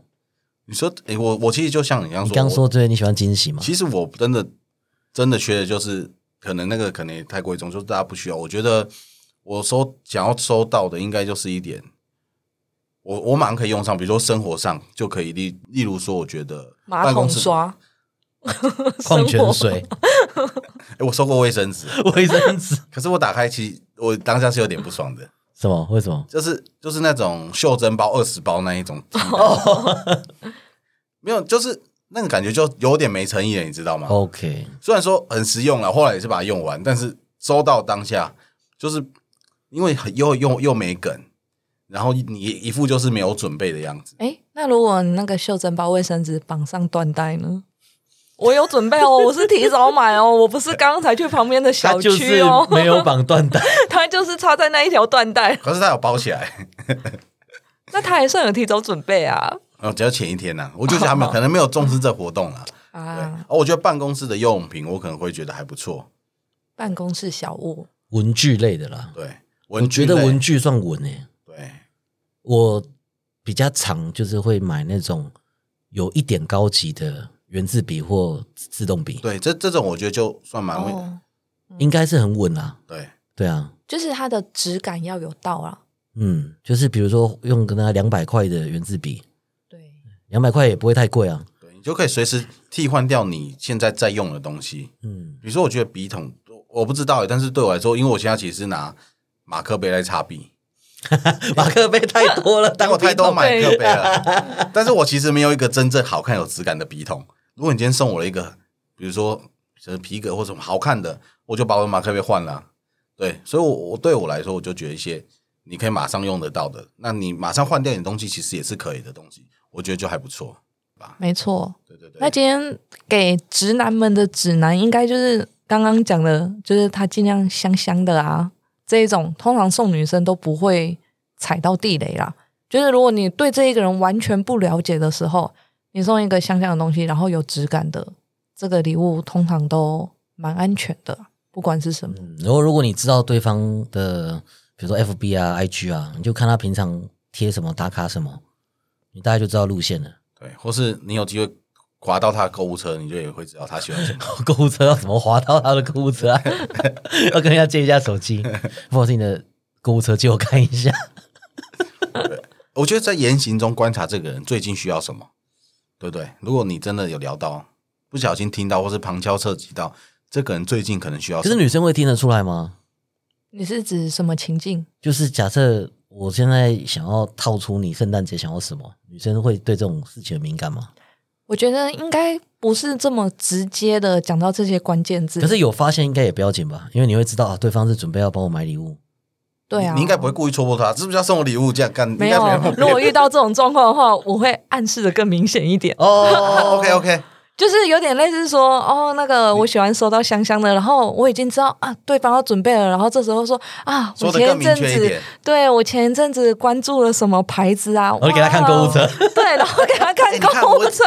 Speaker 2: 你说，诶我我其实就像你刚
Speaker 1: 你
Speaker 2: 说，
Speaker 1: 刚说
Speaker 2: 我，
Speaker 1: 对，你喜欢惊喜嘛？
Speaker 2: 其实我真的真的缺的就是，可能那个可能也太过一种，就是大家不需要。我觉得我收想要收到的，应该就是一点，我我马上可以用上，比如说生活上就可以，例例如说，我觉得
Speaker 3: 马
Speaker 2: 办公
Speaker 3: 桶
Speaker 2: 室，
Speaker 3: 刷、
Speaker 1: 矿泉
Speaker 3: 生活
Speaker 1: 水、
Speaker 2: 诶我收过卫生纸，
Speaker 1: 卫生纸，
Speaker 2: 可是我打开，其实我当下是有点不爽的，
Speaker 1: 什么？为什么？
Speaker 2: 就是就是那种袖珍包二十包那一 种，没有，就是那个感觉就有点没诚意了，你知道吗？
Speaker 1: OK，
Speaker 2: 虽然说很实用了，后来也是把它用完，但是收到当下，就是因为很又又又没梗，然后你一副就是没有准备的样子。
Speaker 3: 哎，那如果你那个袖珍包卫生纸绑上缎带 呢？我有准备哦，我是提早买哦，我不是刚才去旁边的
Speaker 1: 他
Speaker 3: 小
Speaker 1: 就是
Speaker 3: 区哦，
Speaker 1: 没有绑缎带，
Speaker 3: 它就是插在那一条缎带，
Speaker 2: 可是他有包起来，
Speaker 3: 那它还算有提早准备啊
Speaker 2: 然后哦只要前一天呐、我就觉得他们可能没有重视这活动啦。对，
Speaker 3: 啊！
Speaker 2: 哦，我觉得办公室的用品我可能会觉得还不错。
Speaker 3: 办公室小物，
Speaker 1: 文具类的啦。
Speaker 2: 对，
Speaker 1: 我
Speaker 2: 文具
Speaker 1: 觉得
Speaker 2: 类
Speaker 1: 文具算文诶、
Speaker 2: 对
Speaker 1: 我比较常就是会买那种有一点高级的圆珠笔或自动笔，
Speaker 2: 对，这这种我觉得就算蛮会、
Speaker 3: 哦，
Speaker 1: 应该是很稳啦。
Speaker 2: 对。
Speaker 1: 对啊，
Speaker 3: 就是它的质感要有到啊。
Speaker 1: 嗯，就是比如说用跟他两百块的圆珠笔，
Speaker 3: 对，
Speaker 1: 两百块也不会太贵啊。
Speaker 2: 对你就可以随时替换掉你现在在用的东西。
Speaker 1: 嗯，
Speaker 2: 比如说，我觉得笔筒，我我不知道欸，但是对我来说，因为我现在其实是拿马克杯来擦笔，
Speaker 1: 马克杯太多了，
Speaker 2: 但
Speaker 1: 当
Speaker 2: 我太多
Speaker 1: 笔筒
Speaker 2: 马克杯了。 但是我其实没有一个真正好看有质感的笔筒。如果你今天送我了一个，比如说就是皮革或什么好看的，我就把我的马克杯换了啊。对，所以我，我对我来说，我就觉得一些你可以马上用得到的，那你马上换掉你的东西，其实也是可以的东西，我觉得就还不错。
Speaker 3: 没错。
Speaker 2: 对对对，
Speaker 3: 那今天给直男们的指南，应该就是刚刚讲的，就是他尽量香香的啊，这一种通常送女生都不会踩到地雷啦。就是如果你对这一个人完全不了解的时候，你送一个香香的东西，然后有质感的这个礼物，通常都蛮安全的，不管是什么。
Speaker 1: 嗯，然后如果你知道对方的，比如说 FB 啊、IG 啊，你就看他平常贴什么、打卡什么，你大概就知道路线了。
Speaker 2: 对，或是你有机会滑到他的购物车，你就也会知道他喜欢什么。
Speaker 1: 购物车要怎么滑到他的购物车、啊？ 要跟人家借一下手机，不好意思，你的购物车借我看一下。
Speaker 2: 我觉得在言行中观察这个人最近需要什么，对不对？如果你真的有聊到，不小心听到或是旁敲侧击到，这个人最近可能需要
Speaker 1: 可
Speaker 2: 什
Speaker 1: 是
Speaker 2: 么，
Speaker 1: 女生会听得出来吗？
Speaker 3: 你是指什么情境？
Speaker 1: 就是假设我现在想要套出你圣诞节想要什么，女生会对这种事情敏感吗？
Speaker 3: 我觉得应该不是这么直接的讲到这些关键字。
Speaker 1: 可是有发现应该也不要紧吧，因为你会知道啊，对方是准备要帮我买礼物。
Speaker 3: 对啊，
Speaker 2: 你你应该不会故意戳破他，是不是要送我礼物这样干？
Speaker 3: 没有
Speaker 2: 应该没，
Speaker 3: 如果遇到这种状况的话，我会暗示的更明显一点，
Speaker 2: 哦，OK OK，
Speaker 3: 就是有点类似说，哦，那个我喜欢收到香香的，然后我已经知道啊，对方要准备了，然后这时候说啊，
Speaker 2: 说
Speaker 3: 我
Speaker 2: 的
Speaker 3: 前
Speaker 2: 更
Speaker 3: 一
Speaker 2: 明
Speaker 3: 阵
Speaker 2: 确一
Speaker 3: 子
Speaker 2: 点，
Speaker 3: 对我前一阵子关注了什么牌子啊，
Speaker 1: 我给他看购物车
Speaker 3: 哇， 对，然后给他看
Speaker 2: 哎你看
Speaker 3: 购物
Speaker 2: 我
Speaker 3: 车，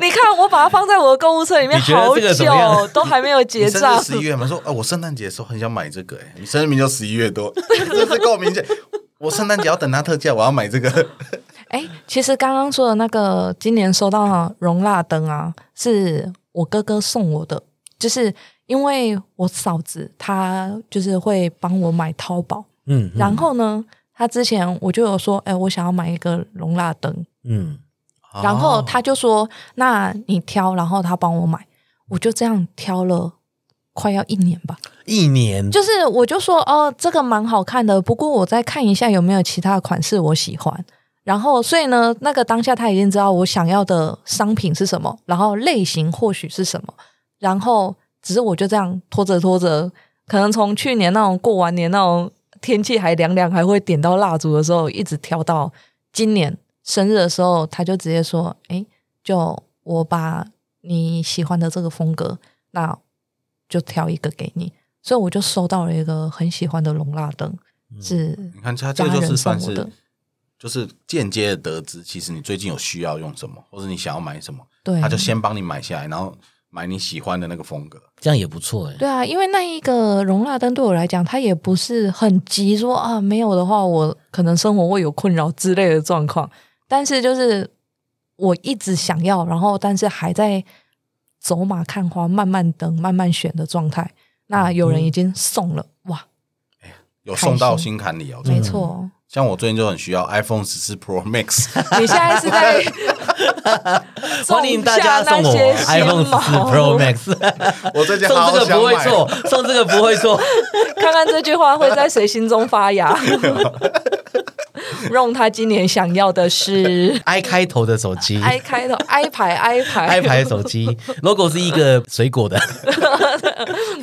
Speaker 3: 你看我把它放在我的购物车里面
Speaker 1: 你觉得
Speaker 3: 好
Speaker 1: 这个怎么样
Speaker 3: 久，都还没有结
Speaker 2: 你生
Speaker 3: 账
Speaker 2: 日，十一月嘛，说啊，我圣诞节的时候很想买这个、哎，你生日明就十一月多， 这是够明显。我圣诞节要等它特价，我要买这个。
Speaker 3: 哎、其实刚刚说的那个今年收到的容蜡灯啊，是我哥哥送我的，就是因为我嫂子她就是会帮我买淘宝，
Speaker 1: 嗯，嗯
Speaker 3: 然后呢，她之前我就有说，哎、我想要买一个容蜡灯，
Speaker 1: 嗯，
Speaker 3: 然后
Speaker 2: 哦
Speaker 3: 他就说，那你挑，然后他帮我买，我就这样挑了。快要一年吧，
Speaker 1: 一年
Speaker 3: 就是我就说哦，这个蛮好看的，不过我再看一下有没有其他的款式我喜欢。然后，所以呢，那个当下他已经知道我想要的商品是什么，然后类型或许是什么，然后只是我就这样拖着拖着，可能从去年那种过完年那种天气还凉凉，还会点到蜡烛的时候，一直挑到今年生日的时候，他就直接说：“哎，就我把你喜欢的这个风格，那就挑一个给你。”所以我就收到了一个很喜欢的龙蜡灯，是
Speaker 2: 你看，它这个就
Speaker 3: 家人
Speaker 2: 是算
Speaker 3: 送我
Speaker 2: 是
Speaker 3: 的
Speaker 2: 就是间接的得知，其实你最近有需要用什么，或者你想要买什么，
Speaker 3: 对，
Speaker 2: 他就先帮你买下来，然后买你喜欢的那个风格。
Speaker 1: 这样也不错哎、
Speaker 3: 对啊，因为那一个容纳灯对我来讲，它也不是很急说啊，没有的话我可能生活会有困扰之类的状况。但是就是我一直想要，然后但是还在走马看花、慢慢等、慢慢选的状态。那有人已经送了，哇，
Speaker 2: 有送到
Speaker 3: 开心
Speaker 2: 心坎里哦，真
Speaker 3: 没
Speaker 2: 的
Speaker 3: 错，
Speaker 2: 像我最近就很需要 iPhone 十四 Pro Max，
Speaker 3: 你现在是在
Speaker 1: 欢迎大家送我
Speaker 3: 种下 那些
Speaker 1: iPhone
Speaker 3: 心
Speaker 1: 十
Speaker 3: 毛
Speaker 1: 四 Pro Max，
Speaker 2: 我最近好
Speaker 1: 送这个
Speaker 2: 想
Speaker 1: 不会
Speaker 2: 买。
Speaker 1: 错， 送这个不会错。
Speaker 3: 看看这句话会在谁心中发芽。让他今年想要的是
Speaker 1: I 开头的手机
Speaker 3: i 开头，i 牌，i 牌
Speaker 1: ，I 牌手机 logo 是一个水果 的，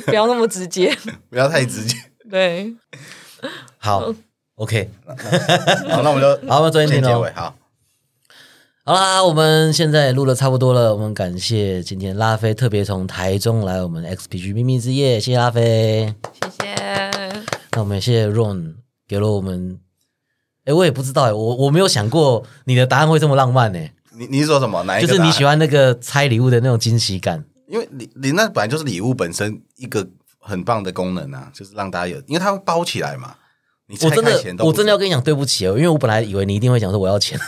Speaker 3: 不要那么直接。
Speaker 2: 不要太直接。
Speaker 3: 对，
Speaker 1: 好，OK，
Speaker 2: 好，那我们 就
Speaker 1: 好，我们昨天
Speaker 2: 先
Speaker 1: 听
Speaker 2: 结
Speaker 1: 喽
Speaker 2: 尾。。好，
Speaker 1: 好啦，我们现在录的差不多了，我们感谢今天拉菲特别从台中来我们 XPG 秘密之夜，谢谢拉菲。
Speaker 3: 谢谢。
Speaker 1: 那我们也谢谢 Ron 给了我们，哎，我也不知道哎，我我没有想过你的答案会这么浪漫呢，
Speaker 2: 你你是说什么？哪一
Speaker 1: 就
Speaker 2: 个？
Speaker 1: 是你喜，欢那个拆礼物的那种惊喜感。
Speaker 2: 因为你你那本来就是礼物本身一个很棒的功能啊，就是让大家有，因为它会包起来嘛。你拆
Speaker 1: 我真
Speaker 2: 开前
Speaker 1: 的，
Speaker 2: 都
Speaker 1: 我
Speaker 2: 不
Speaker 1: 真的要
Speaker 2: 知道，
Speaker 1: 跟你讲对不起哦，因为我本来以为你一定会讲说我要 钱，，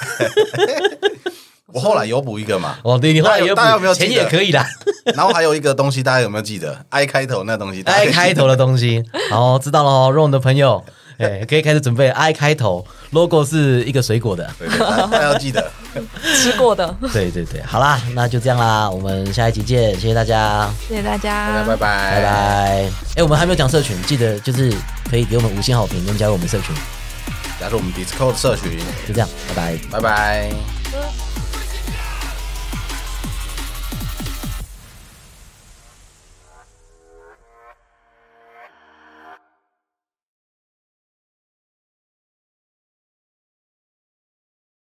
Speaker 2: 我后来有补一个嘛
Speaker 1: 哦，对，你后来也
Speaker 2: 大家有没有记
Speaker 1: 钱
Speaker 2: 得
Speaker 1: 也可以啦
Speaker 2: 然后还有一个东西，大家有没有记得？I 开头那东西大家
Speaker 1: ，I 开头的东西，好，知道了哦，Ron 的朋友，哎，可以开始准备 I 开头，logo 是一个水果的，
Speaker 2: 对对，大家要记得。
Speaker 3: 吃过的，
Speaker 1: 对对对，好啦，那就这样啦，我们下一集见，谢谢大家。
Speaker 3: 谢谢大家，
Speaker 2: 大家拜
Speaker 1: 拜拜。哎、我们还没有讲社群，记得就是可以给我们五星好评，跟加入我们社群，
Speaker 2: 加入我们 Discord 社群，
Speaker 1: 就这样，拜拜。
Speaker 2: 拜拜。
Speaker 3: 拜拜。